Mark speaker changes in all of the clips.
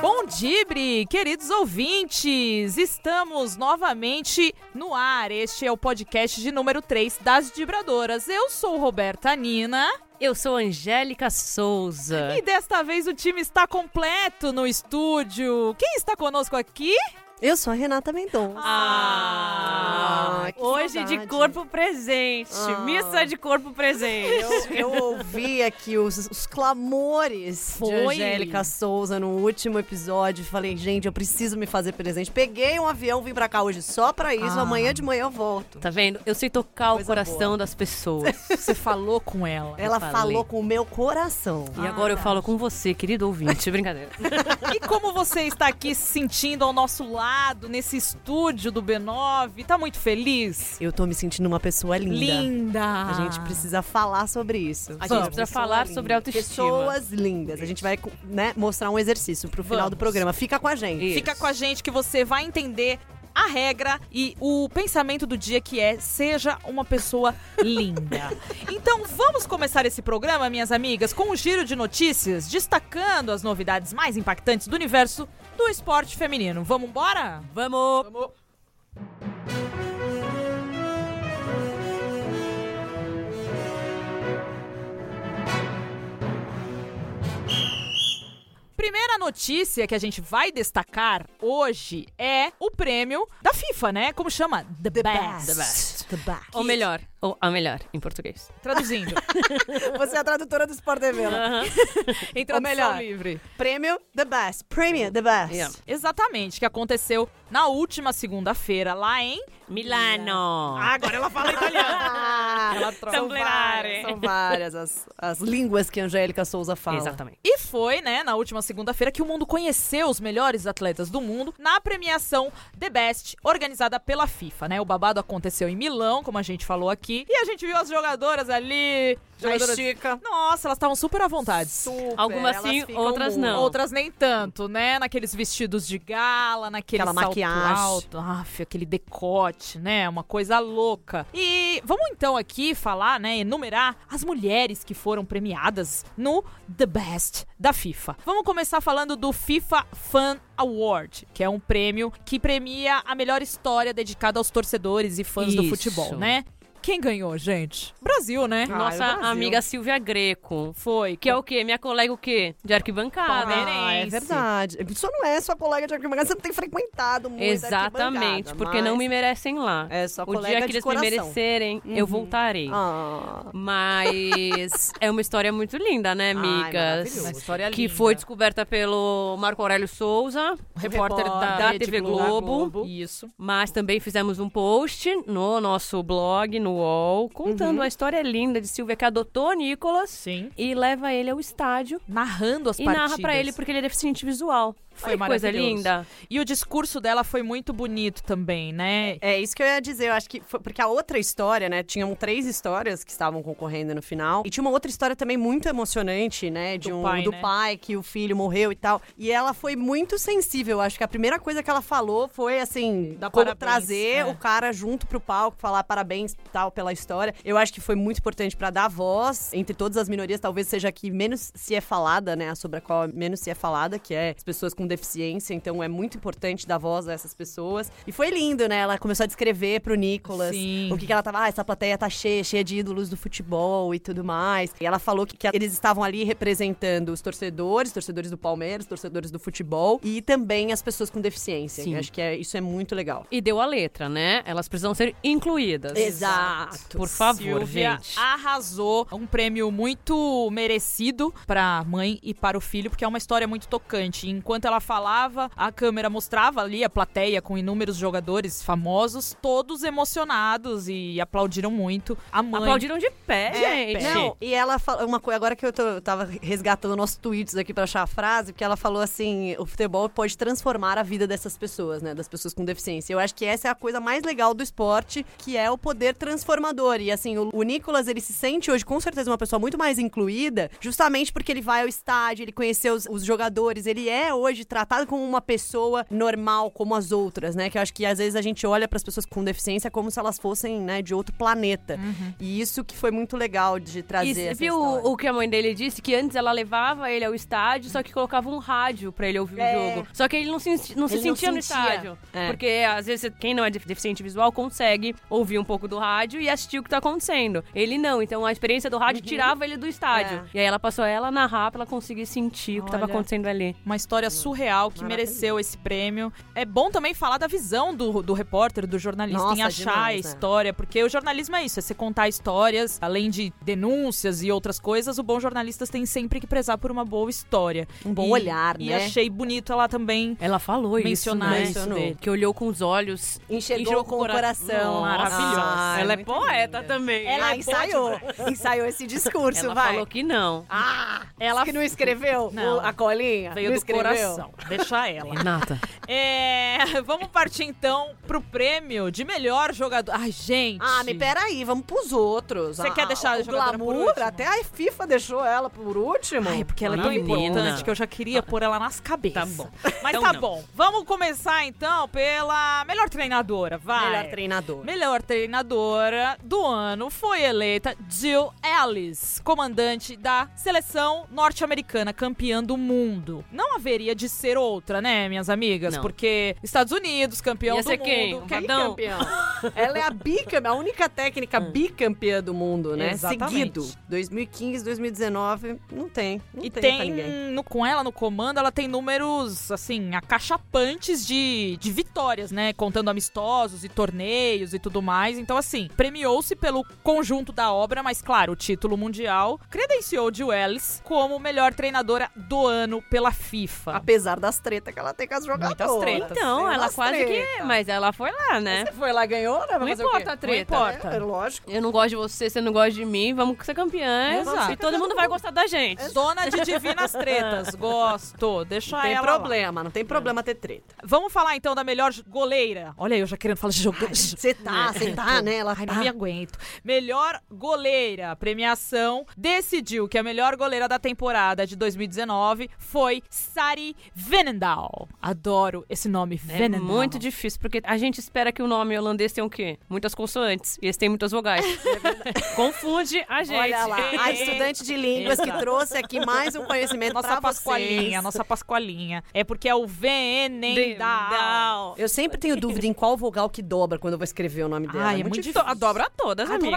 Speaker 1: Bom Dibre, queridos ouvintes! Estamos novamente no ar. Este é o podcast de número 3 das Dibradoras. Eu sou Roberta Nina.
Speaker 2: Eu sou Angélica Souza.
Speaker 1: E desta vez o time está completo no estúdio. Quem está conosco aqui?
Speaker 3: Eu sou a Renata Mendonça.
Speaker 2: Ah,
Speaker 3: Ah, que
Speaker 2: hoje de
Speaker 3: saudade.
Speaker 2: corpo presente.
Speaker 3: Ah.
Speaker 2: Missa de corpo presente.
Speaker 3: Eu ouvi aqui os, os clamores de
Speaker 1: Foi.
Speaker 3: Angélica Souza no último episódio. Falei, gente, eu preciso me fazer presente. Peguei um avião, vim pra cá hoje só pra isso.
Speaker 1: Ah.
Speaker 3: Amanhã de manhã eu volto.
Speaker 2: Tá vendo? Eu sei tocar o
Speaker 3: Coisa
Speaker 2: coração
Speaker 3: boa.
Speaker 2: das pessoas.
Speaker 1: Você falou com ela.
Speaker 3: Ela
Speaker 2: falei. Ah.
Speaker 3: falou com o meu coração.
Speaker 2: E agora eu
Speaker 1: tá.
Speaker 2: falo com você, querido ouvinte. Brincadeira.
Speaker 1: E como você está aqui se sentindo ao nosso lado, nesse estúdio do B9? Tá muito feliz?
Speaker 3: Eu tô me sentindo uma pessoa linda. A gente precisa falar sobre isso.
Speaker 2: A gente
Speaker 1: Vamos,
Speaker 2: precisa
Speaker 3: Pessoa
Speaker 2: falar
Speaker 3: linda.
Speaker 2: sobre autoestima.
Speaker 3: Pessoas lindas. A gente vai né, mostrar um exercício pro final do
Speaker 1: Vamos.
Speaker 3: programa. Fica com a gente.
Speaker 2: Isso.
Speaker 1: Fica com a gente que você vai entender a regra e o pensamento do dia que é seja uma pessoa linda. Então vamos começar esse programa, minhas amigas, com um giro de notícias destacando as novidades mais impactantes do universo do esporte feminino. Vamos embora?
Speaker 2: Vamos!
Speaker 1: Primeira notícia que a gente vai destacar hoje é o prêmio da FIFA, né? Como chama? The, best.
Speaker 3: The best. The best.
Speaker 2: Ou melhor, ou a melhor, em português.
Speaker 1: Traduzindo.
Speaker 3: Você é a tradutora do Sport TV, né?
Speaker 1: em
Speaker 3: Ou
Speaker 1: tradução
Speaker 3: melhor.
Speaker 1: livre.
Speaker 3: Prêmio The Best. Prêmio The Best.
Speaker 2: Yeah.
Speaker 1: Exatamente, que aconteceu na última segunda-feira lá em...
Speaker 2: Milano!
Speaker 1: agora ela fala italiano.
Speaker 3: Ah,
Speaker 1: Ela troca.
Speaker 3: são várias, são várias as, as línguas que a Angélica Souza fala.
Speaker 2: Exatamente.
Speaker 1: E foi, né, na última segunda-feira que o mundo conheceu os melhores atletas do mundo na premiação The Best, organizada pela FIFA, né? O babado aconteceu em Milão, como a gente falou aqui, e a gente viu as jogadoras ali. Jogadoras...
Speaker 3: estica.
Speaker 1: Nossa, elas estavam super à vontade.
Speaker 3: Super,
Speaker 2: Algumas
Speaker 3: elas
Speaker 2: sim,
Speaker 3: ficam
Speaker 2: outras
Speaker 3: muito.
Speaker 2: não.
Speaker 1: Outras nem tanto, né? Naqueles vestidos de gala, naquele
Speaker 3: Aquela
Speaker 1: salto
Speaker 3: maquiagem.
Speaker 1: alto, af, aquele decote, né? Uma coisa louca. E vamos então aqui falar, né? Enumerar as mulheres que foram premiadas no The Best da FIFA. Vamos começar falando do FIFA Fan Award, que é um prêmio que premia a melhor história dedicada aos torcedores e fãs do
Speaker 2: Isso.
Speaker 1: futebol, né? Quem ganhou, gente? Brasil, né?
Speaker 3: Ah,
Speaker 2: Nossa
Speaker 3: é o Brasil.
Speaker 2: amiga Silvia Greco.
Speaker 1: Foi.
Speaker 2: Que é o quê? Minha colega o quê? De arquibancada.
Speaker 3: Ah, é
Speaker 1: palmeirense.
Speaker 3: verdade. Isso não é sua colega de arquibancada, você não tem frequentado muito a
Speaker 2: Exatamente,
Speaker 3: arquibancada,
Speaker 2: porque
Speaker 3: mas
Speaker 2: não me merecem lá.
Speaker 3: É só
Speaker 2: o
Speaker 3: colega
Speaker 2: dia que
Speaker 3: de
Speaker 2: eles
Speaker 3: coração. Uhum.
Speaker 2: me merecerem, eu voltarei.
Speaker 3: Ah,
Speaker 2: Mas é uma história muito linda, né,
Speaker 3: Ai,
Speaker 2: amigas?
Speaker 3: maravilhoso.
Speaker 1: Uma história
Speaker 2: que
Speaker 1: linda. Um
Speaker 2: foi descoberta pelo Marco Aurélio Souza, repórter da,
Speaker 1: da
Speaker 2: TV
Speaker 1: Globo.
Speaker 2: Globo.
Speaker 1: Isso.
Speaker 2: Mas também fizemos um post no nosso blog, no UOL, contando a história linda de Silvia que adotou o Nicolas
Speaker 1: Uhum. Sim.
Speaker 2: e leva ele ao estádio
Speaker 1: Narrando as
Speaker 2: e
Speaker 1: partidas.
Speaker 2: narra pra ele porque ele é deficiente visual.
Speaker 1: Foi
Speaker 2: Olha que coisa
Speaker 1: maravilhoso.
Speaker 2: linda.
Speaker 1: E o discurso dela foi muito bonito também, né?
Speaker 3: É isso que eu ia dizer, eu acho que foi porque a outra história, né? Tinham três histórias que estavam concorrendo no final. E tinha uma outra história também muito emocionante, né? De
Speaker 1: Do
Speaker 3: um
Speaker 1: pai,
Speaker 3: do
Speaker 1: né?
Speaker 3: pai que o filho morreu e tal. E ela foi muito sensível. Acho que a primeira coisa que ela falou foi assim,
Speaker 1: Dá
Speaker 3: como
Speaker 1: parabéns,
Speaker 3: trazer
Speaker 1: é.
Speaker 3: o cara junto pro palco, falar parabéns e tal pela história. Eu acho que foi muito importante pra dar voz entre todas as minorias, talvez seja a que menos se é falada, né? Sobre a qual menos se é falada, que é as pessoas com deficiência. Então é muito importante dar voz a essas pessoas. E foi lindo, né? Ela começou a descrever pro Nicolas
Speaker 1: Sim.
Speaker 3: o que, que ela tava. Ah, essa plateia tá cheia, cheia de ídolos do futebol e tudo mais. E ela falou que, que eles estavam ali representando os torcedores, torcedores do Palmeiras, torcedores do futebol e também as pessoas com deficiência.
Speaker 2: Sim.
Speaker 3: Acho que é- isso é muito legal.
Speaker 2: E deu a letra, né? Elas precisam ser incluídas.
Speaker 3: Exato.
Speaker 2: Por favor,
Speaker 1: Silvia
Speaker 2: gente.
Speaker 1: arrasou. Um prêmio muito merecido pra mãe e para o filho, porque é uma história muito tocante. Enquanto ela falava, a câmera mostrava ali a plateia com inúmeros jogadores famosos, todos emocionados e aplaudiram muito. A mãe.
Speaker 2: Aplaudiram de pé,
Speaker 1: É,
Speaker 2: gente.
Speaker 1: pé.
Speaker 3: Não, e ela falou uma coisa, agora que eu, tô- eu tava resgatando nossos tweets aqui pra achar a frase, porque ela falou assim: o futebol pode transformar a vida dessas pessoas, né? Das pessoas com deficiência. Eu acho que essa é a coisa mais legal do esporte, que é o poder transformador. E assim, o, o Nicolas, ele se sente hoje com certeza uma pessoa muito mais incluída, justamente porque ele vai ao estádio, ele conheceu os, os jogadores, ele é hoje tratado como uma pessoa normal, como as outras, né? Que eu acho que às vezes a gente olha pras pessoas com deficiência como se elas fossem, né, de outro planeta. E isso que foi muito legal de trazer
Speaker 2: E você
Speaker 3: essa
Speaker 2: viu
Speaker 3: história.
Speaker 2: o que a mãe dele disse? Que antes ela levava ele ao estádio, só que colocava um rádio pra ele ouvir
Speaker 3: É.
Speaker 2: o jogo. Só que ele não se, não se
Speaker 3: Ele não
Speaker 2: sentia no
Speaker 3: sentia.
Speaker 2: estádio.
Speaker 3: É.
Speaker 2: Porque às vezes quem não é def- deficiente visual consegue ouvir um pouco do rádio e assistir o que tá acontecendo. Ele não, então a experiência do
Speaker 3: Uhum.
Speaker 2: rádio tirava ele do estádio.
Speaker 3: É.
Speaker 2: E aí ela passou ela a narrar pra ela conseguir sentir o que tava
Speaker 1: Olha.
Speaker 2: acontecendo ali.
Speaker 1: Uma história surreal que
Speaker 3: Maravilhoso.
Speaker 1: mereceu esse prêmio. É bom também falar da visão do, do repórter, do jornalista, em
Speaker 3: Nossa,
Speaker 1: achar a
Speaker 3: demais, né?
Speaker 1: história, porque o jornalismo é isso, é você contar histórias, além de denúncias e outras coisas, o bom jornalista tem sempre que prezar por uma boa história.
Speaker 3: Um bom
Speaker 1: E-
Speaker 3: olhar,
Speaker 1: E
Speaker 3: né?
Speaker 1: achei bonito ela também
Speaker 2: Ela falou
Speaker 1: mencionar
Speaker 3: né?
Speaker 1: isso,
Speaker 3: Mencionou.
Speaker 1: dele.
Speaker 2: Que olhou com os olhos.
Speaker 3: Enxergou,
Speaker 2: enxergou
Speaker 3: com o coração.
Speaker 1: Maravilhosa.
Speaker 3: Ah,
Speaker 2: ela é
Speaker 3: muito
Speaker 2: poeta
Speaker 3: linda.
Speaker 2: também.
Speaker 3: Ela é
Speaker 2: Ah,
Speaker 3: ensaiou. Ensaiou esse discurso,
Speaker 2: Ela
Speaker 3: vai.
Speaker 2: falou que não.
Speaker 3: Ah!
Speaker 1: Ela
Speaker 3: Ela que não escreveu
Speaker 1: Não.
Speaker 3: o- a colinha?
Speaker 1: veio
Speaker 3: não
Speaker 1: do
Speaker 3: escreveu?
Speaker 1: coração. Deixa ela.
Speaker 2: Renata.
Speaker 1: É, vamos partir então pro prêmio de melhor jogador. Ai, gente.
Speaker 3: Ah, me peraí, vamos pros outros.
Speaker 1: Você
Speaker 3: Ah,
Speaker 1: quer deixar a
Speaker 3: o
Speaker 1: jogadora por
Speaker 3: glamour?
Speaker 1: último?
Speaker 3: Até a FIFA deixou ela por último.
Speaker 1: Ai, porque ela é tão
Speaker 2: Menina.
Speaker 1: importante que eu já queria pôr ela nas cabeças.
Speaker 2: Tá bom.
Speaker 1: Mas
Speaker 2: Então
Speaker 1: tá
Speaker 2: não.
Speaker 1: bom. Vamos começar então pela melhor treinadora, vai.
Speaker 3: Melhor treinador.
Speaker 1: Melhor treinadora do ano foi eleita Jill Ellis, comandante da seleção norte-americana, campeã do mundo. Não haveria de ser outra, né, minhas amigas?
Speaker 2: Não.
Speaker 1: Porque Estados Unidos, campeão
Speaker 2: Ia
Speaker 1: do
Speaker 2: ser
Speaker 1: mundo.
Speaker 2: quem? Um
Speaker 1: Quem
Speaker 2: Vadão?
Speaker 1: campeã?
Speaker 3: ela é a bicampeã, a única técnica bicampeã do mundo, né?
Speaker 1: Exatamente.
Speaker 3: Seguido. 2015, 2019, não tem. Não
Speaker 1: E
Speaker 3: tem, pra
Speaker 1: tem,
Speaker 3: ninguém.
Speaker 1: no- com ela no comando, ela tem números, assim, acachapantes de, de vitórias, né? Contando amistosos e torneios e tudo mais. Então, assim, premiou-se pelo conjunto da obra, mas, claro, o título mundial credenciou Jill Ellis como melhor treinadora do ano pela FIFA.
Speaker 3: Apesar das tretas que ela tem com as jogadoras.
Speaker 1: Muitas tretas.
Speaker 2: Então,
Speaker 3: Tem
Speaker 2: ela
Speaker 3: umas
Speaker 2: quase que.
Speaker 3: tretas.
Speaker 2: Mas ela foi lá, né?
Speaker 3: Você foi lá, ganhou, né? Vai
Speaker 2: Não
Speaker 3: fazer
Speaker 2: importa
Speaker 3: o
Speaker 2: a
Speaker 3: quê?
Speaker 2: treta.
Speaker 3: Não importa. É, lógico.
Speaker 2: Eu não gosto de você, você não gosta de mim, vamos ser campeã.
Speaker 1: Exato.
Speaker 2: E todo mundo vai gostar da gente.
Speaker 1: Zona de divinas tretas, gosto. Deixa
Speaker 3: Não tem
Speaker 1: ela lá.
Speaker 3: problema, não tem problema ter treta.
Speaker 1: Vamos falar então da melhor goleira. Olha, eu já querendo falar de jogo.
Speaker 3: Você tá, você tá, né? Ela
Speaker 2: Ah.
Speaker 1: Ai, não me aguento. Melhor goleira. A premiação decidiu que a melhor goleira da temporada de 2019 foi Sari Venendal. Adoro esse nome,
Speaker 2: É
Speaker 1: Venendal.
Speaker 2: muito difícil, porque a gente espera que o nome holandês tenha o quê? Muitas consoantes. E eles têm muitas vogais. Confunde a gente.
Speaker 3: Olha lá, a estudante de línguas que
Speaker 1: Exato.
Speaker 3: trouxe aqui mais um conhecimento
Speaker 1: Nossa
Speaker 3: pra
Speaker 1: Pascoalinha,
Speaker 3: vocês.
Speaker 1: nossa Pascoalinha. É porque é o Venendal.
Speaker 3: Eu sempre tenho dúvida em qual vogal que dobra quando eu vou escrever o nome dela.
Speaker 1: Ai,
Speaker 3: é muito difícil.
Speaker 2: A dobra todas, amiga.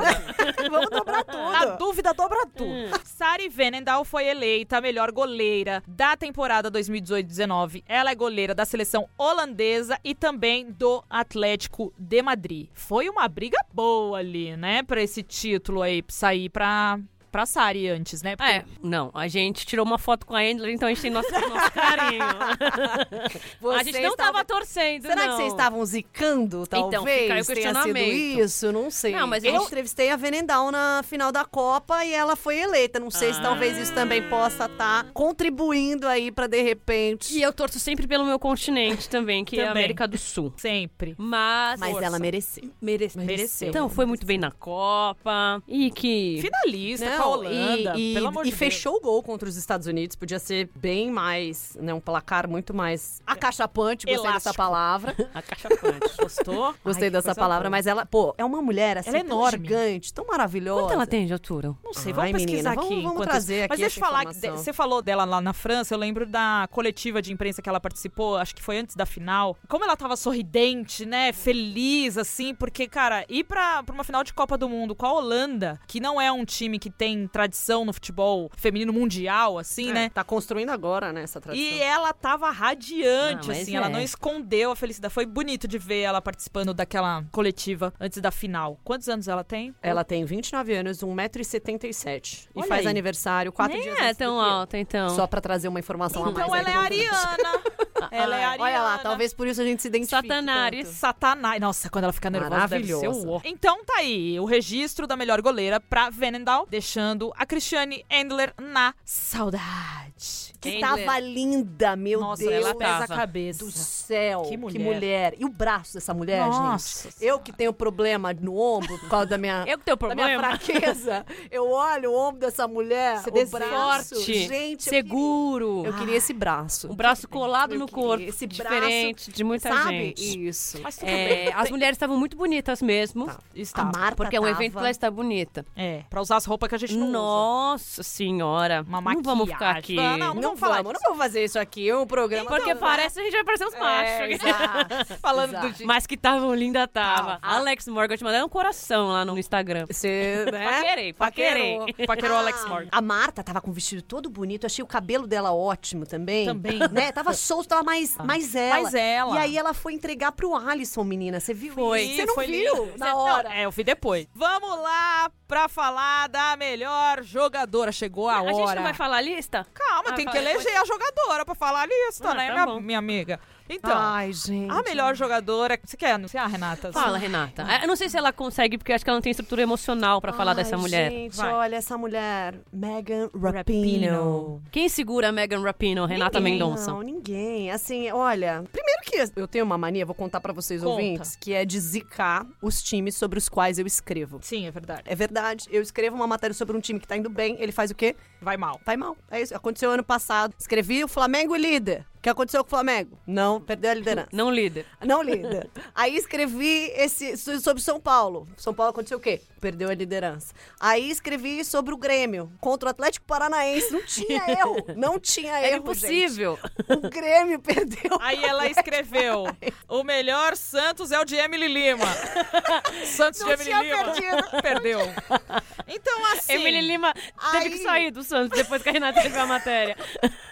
Speaker 3: Vamos dobrar tudo.
Speaker 1: Na dúvida, dobra tudo. Sari Venendal foi eleita a melhor goleira da temporada 2018-19. Ela é goleira da seleção holandesa e também do Atlético de Madrid. Foi uma briga boa ali, né? Pra esse título aí sair pra, pra Sari antes, né? Porque-
Speaker 2: É, não, a gente tirou uma foto com a Angela, então a gente tem nosso, nosso carinho. a gente
Speaker 3: Você
Speaker 2: não
Speaker 3: estava-
Speaker 2: tava torcendo,
Speaker 3: Será
Speaker 2: não.
Speaker 3: que vocês estavam zicando,
Speaker 2: Então, fica aí o
Speaker 3: talvez? tenha sido
Speaker 2: questionamento.
Speaker 3: isso, não sei.
Speaker 2: Não, mas
Speaker 3: eu
Speaker 2: eu-
Speaker 3: entrevistei a Venendal na final da Copa e ela foi eleita. Não
Speaker 1: Ah.
Speaker 3: sei se talvez isso também possa estar contribuindo aí pra de repente.
Speaker 2: E eu torço sempre pelo meu continente também, que é a
Speaker 1: Também.
Speaker 2: América do Sul.
Speaker 1: Sempre. é
Speaker 2: Mas,
Speaker 3: Mas ela mereceu.
Speaker 2: mereceu.
Speaker 1: Mereceu.
Speaker 2: Então, foi muito bem na Copa. E que...
Speaker 1: Finalista com a é Holanda,
Speaker 3: e, e-
Speaker 1: pelo amor
Speaker 3: e
Speaker 1: de Deus.
Speaker 3: fechou o gol contra os Estados Unidos. Podia ser bem mais, né, um placar muito mais acachapante. Gostei
Speaker 1: Elástico.
Speaker 3: dessa palavra.
Speaker 2: A caixa punch.
Speaker 1: Gostou?
Speaker 3: Gostei
Speaker 1: Ai, que
Speaker 3: dessa
Speaker 1: coisa
Speaker 3: palavra.
Speaker 1: boa.
Speaker 3: Mas ela, pô, é uma mulher assim,
Speaker 1: Ela é
Speaker 3: tão
Speaker 1: enorme.
Speaker 3: gigante, tão maravilhosa.
Speaker 2: Quanto ela tem de altura?
Speaker 1: Não sei, vamos
Speaker 3: Ai,
Speaker 1: pesquisar
Speaker 3: menina, vamos-
Speaker 1: aqui.
Speaker 3: vamos
Speaker 1: enquanto-
Speaker 3: trazer aqui
Speaker 1: Mas deixa eu
Speaker 3: essa
Speaker 1: falar, que de-
Speaker 3: informação.
Speaker 1: você falou dela lá na França, eu lembro da coletiva de imprensa que ela participou, acho que foi antes da final. Como ela tava sorridente, né, feliz, assim, porque, cara, ir pra, pra uma final de Copa do Mundo com a Holanda, que não é um time que tem tradição no futebol feminino mundial, assim,
Speaker 3: É,
Speaker 1: né?
Speaker 3: Tá construindo agora, né, essa tradição.
Speaker 1: E ela tava radiante,
Speaker 2: Ah, mas
Speaker 1: assim, ela
Speaker 2: é.
Speaker 1: não escondeu a felicidade. Foi bonito de ver ela participando daquela coletiva antes da final. Quantos anos ela tem?
Speaker 3: Ela tem 29 anos, 1,77m. E
Speaker 1: Olha
Speaker 3: faz
Speaker 1: aí.
Speaker 3: aniversário quatro
Speaker 2: Nem
Speaker 3: dias
Speaker 2: é
Speaker 3: antes do
Speaker 2: tão
Speaker 3: que eu.
Speaker 2: alta, então.
Speaker 3: Só pra trazer uma informação a mais.
Speaker 1: Então
Speaker 3: aí
Speaker 1: ela é
Speaker 3: pra vocês.
Speaker 1: ariana. Ela é
Speaker 3: Ah,
Speaker 1: ariana. É
Speaker 3: Olha lá, talvez por isso a gente se identifique.
Speaker 2: Satanares.
Speaker 1: Satanás. Nossa, quando ela fica nervosa, deve ser
Speaker 3: Maravilhosa.
Speaker 1: o ó. Então tá aí, o registro da melhor goleira pra Venendal, deixando a Cristiane Endler na saudade.
Speaker 3: tanto. Que
Speaker 2: Handler.
Speaker 3: tava linda, meu
Speaker 1: Nossa,
Speaker 3: Deus.
Speaker 1: ela pesa a
Speaker 2: tava.
Speaker 1: cabeça.
Speaker 3: do céu.
Speaker 1: Que mulher.
Speaker 3: E o braço dessa mulher,
Speaker 1: Nossa
Speaker 3: gente? Eu que tenho problema no ombro por causa da minha,
Speaker 2: Eu que tenho
Speaker 3: da minha
Speaker 2: problema. é
Speaker 3: fraqueza. Eu olho o ombro dessa mulher,
Speaker 1: Você
Speaker 3: o
Speaker 1: deseja.
Speaker 3: braço.
Speaker 2: Forte,
Speaker 3: Gente, eu
Speaker 2: seguro.
Speaker 3: queria- Eu queria, esse braço.
Speaker 2: Um braço colado
Speaker 3: Eu
Speaker 2: no
Speaker 3: queria
Speaker 2: corpo.
Speaker 3: esse braço,
Speaker 2: diferente de muita
Speaker 3: Sabe?
Speaker 2: gente.
Speaker 3: Isso.
Speaker 1: Mas tudo bem.
Speaker 2: É, as mulheres estavam muito bonitas mesmo.
Speaker 1: Está.
Speaker 3: Tá. a Marta
Speaker 2: Porque é um evento que ela
Speaker 3: tava-
Speaker 2: está bonita.
Speaker 1: É, pra usar as roupas que a gente não usa.
Speaker 2: Nossa senhora.
Speaker 1: Uma
Speaker 2: Não
Speaker 1: maquiagem.
Speaker 2: vamos ficar aqui.
Speaker 1: Não, não,
Speaker 3: Não,
Speaker 1: vamos falar
Speaker 3: falar, não vou fazer isso aqui, é um programa...
Speaker 2: Porque
Speaker 3: não,
Speaker 2: parece que a gente vai parecer uns
Speaker 3: É,
Speaker 2: machos.
Speaker 3: exato,
Speaker 1: Falando do
Speaker 3: exato.
Speaker 1: jeito-
Speaker 2: Mas que estavam linda, tava.
Speaker 3: Tava.
Speaker 2: Alex Morgan te mandaram um coração lá no Instagram.
Speaker 3: Você, né?
Speaker 2: Paquerei, paquerei.
Speaker 3: Paquerou.
Speaker 1: Paquerou
Speaker 3: Ah,
Speaker 1: Alex Morgan.
Speaker 3: A Marta tava com o vestido todo bonito, achei o cabelo dela ótimo também.
Speaker 1: Também. Ah.
Speaker 3: Né? Tava solto, tava mais, mais ela.
Speaker 1: Mais ela.
Speaker 3: E aí ela foi entregar pro Alisson, menina. Você viu
Speaker 1: Foi,
Speaker 3: isso? Você não
Speaker 1: foi
Speaker 3: viu
Speaker 1: lindo.
Speaker 3: na
Speaker 1: Não,
Speaker 3: hora.
Speaker 1: é, eu vi depois. Vamos lá pra falar da melhor jogadora. Chegou a,
Speaker 2: a
Speaker 1: hora.
Speaker 2: gente não vai falar a lista?
Speaker 1: Calma,
Speaker 2: Ah,
Speaker 1: tem que
Speaker 2: fala
Speaker 1: eleger a jogadora pra falar a lista,
Speaker 2: Ah,
Speaker 1: né,
Speaker 2: tá
Speaker 1: minha,
Speaker 2: bom.
Speaker 1: minha amiga? Então,
Speaker 3: Ai, gente.
Speaker 1: a melhor jogadora. Você quer anunciar, Renata?
Speaker 2: Fala, Renata. É, Eu não sei se ela consegue, porque eu acho que ela não tem estrutura emocional pra falar
Speaker 3: Ai,
Speaker 2: dessa mulher.
Speaker 3: Gente,
Speaker 1: Vai.
Speaker 3: olha essa mulher. Megan Rapino.
Speaker 1: Pino.
Speaker 2: Quem segura a Megan Rapino, Renata
Speaker 3: Ninguém,
Speaker 2: Mendonça?
Speaker 3: Não, ninguém. Assim, olha, primeiro que eu tenho uma mania, vou contar pra vocês
Speaker 1: Conta.
Speaker 3: ouvintes, que é de zicar os times sobre os quais eu escrevo.
Speaker 1: Sim, é verdade.
Speaker 3: É verdade, eu escrevo uma matéria sobre um time que tá indo bem, ele faz o quê?
Speaker 1: Vai mal.
Speaker 3: Vai mal. É isso, aconteceu ano passado. Escrevi o Flamengo líder. O que aconteceu com o Flamengo? Não, perdeu a liderança.
Speaker 2: Não líder.
Speaker 3: Não líder. Aí escrevi esse so- sobre São Paulo. São Paulo aconteceu o quê? Perdeu a liderança. Aí escrevi sobre o Grêmio contra o Atlético Paranaense. Não tinha erro. Não tinha
Speaker 2: É
Speaker 3: erro. gente.
Speaker 2: impossível.
Speaker 3: O Grêmio perdeu.
Speaker 1: Aí ela é escreveu: o melhor Santos é o de Emily Lima. Santos
Speaker 3: Não
Speaker 1: de Emily
Speaker 3: tinha
Speaker 1: Lima.
Speaker 3: perdido.
Speaker 1: Perdeu. Então, assim.
Speaker 2: Emily Lima teve
Speaker 3: Aí-
Speaker 2: que sair do Santos depois que a Renata escreveu a matéria.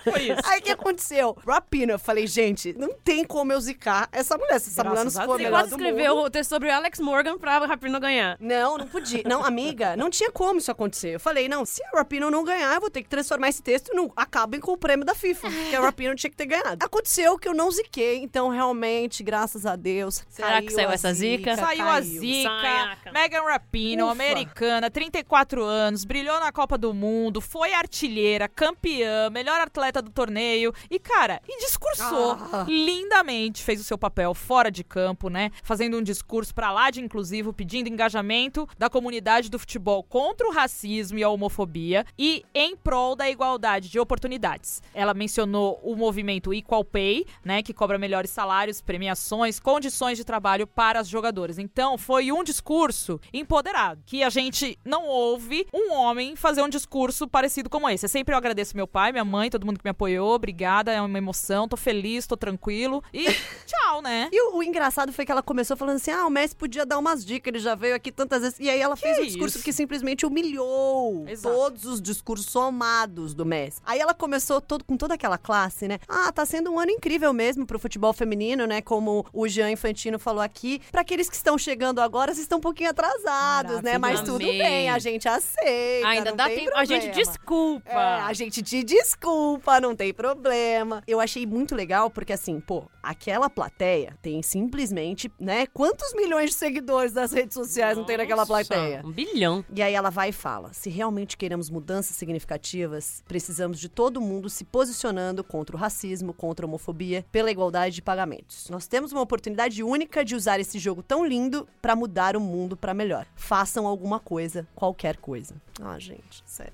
Speaker 1: Foi isso.
Speaker 3: Aí o que aconteceu? Rapina, eu falei, gente, não tem como eu zicar essa mulher. Se essa mulher não
Speaker 1: Graças a
Speaker 3: for a
Speaker 1: Deus.
Speaker 2: Você
Speaker 3: melhor
Speaker 2: quase
Speaker 3: do
Speaker 2: escreveu
Speaker 3: mundo-
Speaker 2: o texto sobre o Alex Morgan pra Rapino ganhar.
Speaker 3: Não, não podia. Não, amiga, não tinha como isso acontecer. Eu falei, não, se a Rapino não ganhar, eu vou ter que transformar esse texto no acabem com o prêmio da FIFA, porque a Rapino tinha que ter ganhado. Aconteceu que eu não ziquei, então realmente, graças a Deus,
Speaker 2: Será que saiu
Speaker 3: a
Speaker 2: essa zica?
Speaker 1: Saiu a
Speaker 3: caiu.
Speaker 1: zica.
Speaker 2: Saiaca.
Speaker 1: Megan Rapino,
Speaker 3: Ufa.
Speaker 1: americana, 34 anos, brilhou na Copa do Mundo, foi artilheira, campeã, melhor atleta do torneio. E, cara, e discursou
Speaker 3: Ah.
Speaker 1: lindamente, fez o seu papel fora de campo, né? Fazendo um discurso pra lá de inclusivo, pedindo engajamento da comunidade do futebol contra o racismo e a homofobia e em prol da igualdade de oportunidades. Ela mencionou o movimento Equal Pay, né, que cobra melhores salários, premiações, condições de trabalho para os jogadores. Então, foi um discurso empoderado, que a gente não ouve um homem fazer um discurso parecido como esse. Eu sempre eu agradeço meu pai, minha mãe, todo mundo que me apoiou, obrigada, é uma emoção, tô feliz, tô tranquilo e tchau, né?
Speaker 3: E o, o engraçado foi que ela começou falando assim: ah, o Messi podia dar umas dicas, ele já veio aqui tantas vezes. E aí ela fez um discurso
Speaker 1: isso?
Speaker 3: que simplesmente humilhou
Speaker 1: Exato.
Speaker 3: todos os discursos somados do Messi. Aí ela começou todo, com toda aquela classe, né? Ah, tá sendo um ano incrível mesmo pro futebol feminino, né? Como o Jean Infantino falou aqui. Pra aqueles que estão chegando agora, vocês estão um pouquinho atrasados, né? Mas tudo
Speaker 2: Amei.
Speaker 3: bem, a gente aceita.
Speaker 2: Ainda
Speaker 3: não
Speaker 2: dá
Speaker 3: tem
Speaker 2: tempo. A gente
Speaker 3: problema.
Speaker 2: desculpa.
Speaker 3: É, a gente te desculpa, não tem problema. Eu achei muito legal porque, assim, pô, aquela plateia tem simplesmente, né? Quantos milhões de seguidores das redes sociais não tem naquela
Speaker 2: Nossa,
Speaker 3: plateia?
Speaker 2: Um bilhão.
Speaker 3: E aí ela vai e fala: se realmente queremos mudanças significativas, precisamos de todo mundo se posicionando contra o racismo, contra a homofobia, pela igualdade de pagamentos. Nós temos uma oportunidade única de usar esse jogo tão lindo pra mudar o mundo pra melhor. Façam alguma coisa, qualquer coisa. Ah, gente, sério.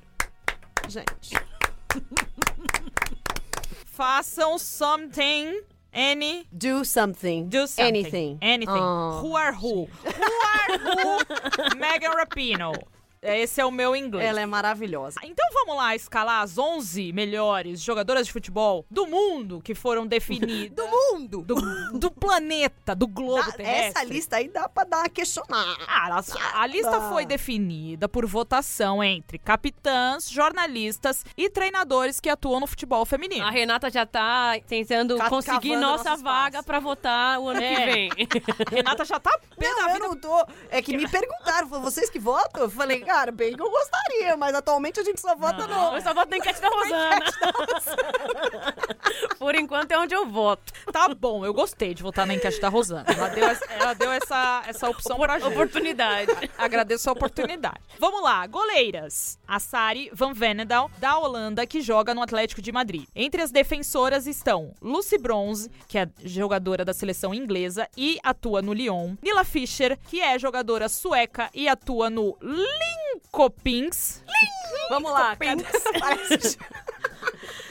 Speaker 3: Gente.
Speaker 1: Façam something, any
Speaker 3: Do something.
Speaker 1: Do something.
Speaker 3: Anything.
Speaker 1: Anything.
Speaker 3: Oh.
Speaker 1: Who are who? Who are who? Megan Rapino. Esse é o meu inglês.
Speaker 3: Ela é maravilhosa.
Speaker 1: Então vamos lá escalar as 11 melhores jogadoras de futebol do mundo que foram definidas. do mundo! Do, planeta, do globo
Speaker 3: Dá-
Speaker 1: terrestre.
Speaker 3: Ah, essa lista aí dá pra dar uma questionada.
Speaker 1: Ah, a, a lista foi definida por votação entre capitãs, jornalistas e treinadores que atuam no futebol feminino.
Speaker 2: A Renata já tá tentando
Speaker 3: Ca-
Speaker 2: conseguir
Speaker 3: cavando
Speaker 2: nossa
Speaker 3: nosso
Speaker 2: vaga
Speaker 3: espaço.
Speaker 2: pra votar o ano que vem.
Speaker 1: A Renata já tá pé da
Speaker 3: Não, eu
Speaker 1: vida
Speaker 3: não tô. É que me perguntaram, falaram, vocês que votam? Eu falei, cara, bem que eu Tá gostaria, mas atualmente a gente só vota no.
Speaker 2: Eu só voto na enquete da Rosana. Por enquanto é onde eu voto.
Speaker 1: Tá bom, eu gostei de votar na enquete da Rosana. Ela deu, es- ela deu essa, essa
Speaker 3: Então,
Speaker 1: opção pra gente.
Speaker 2: Oportunidade.
Speaker 1: Agradeço a oportunidade. Vamos lá, goleiras. A Sari Van Venedal, da Holanda, que joga no Atlético de Madrid. Entre as defensoras estão Lucy Bronze, que é jogadora da seleção inglesa e atua no Lyon. Nila Fischer, que é jogadora sueca e atua no Linkopings.
Speaker 3: Vamos lá, cadê? Parece,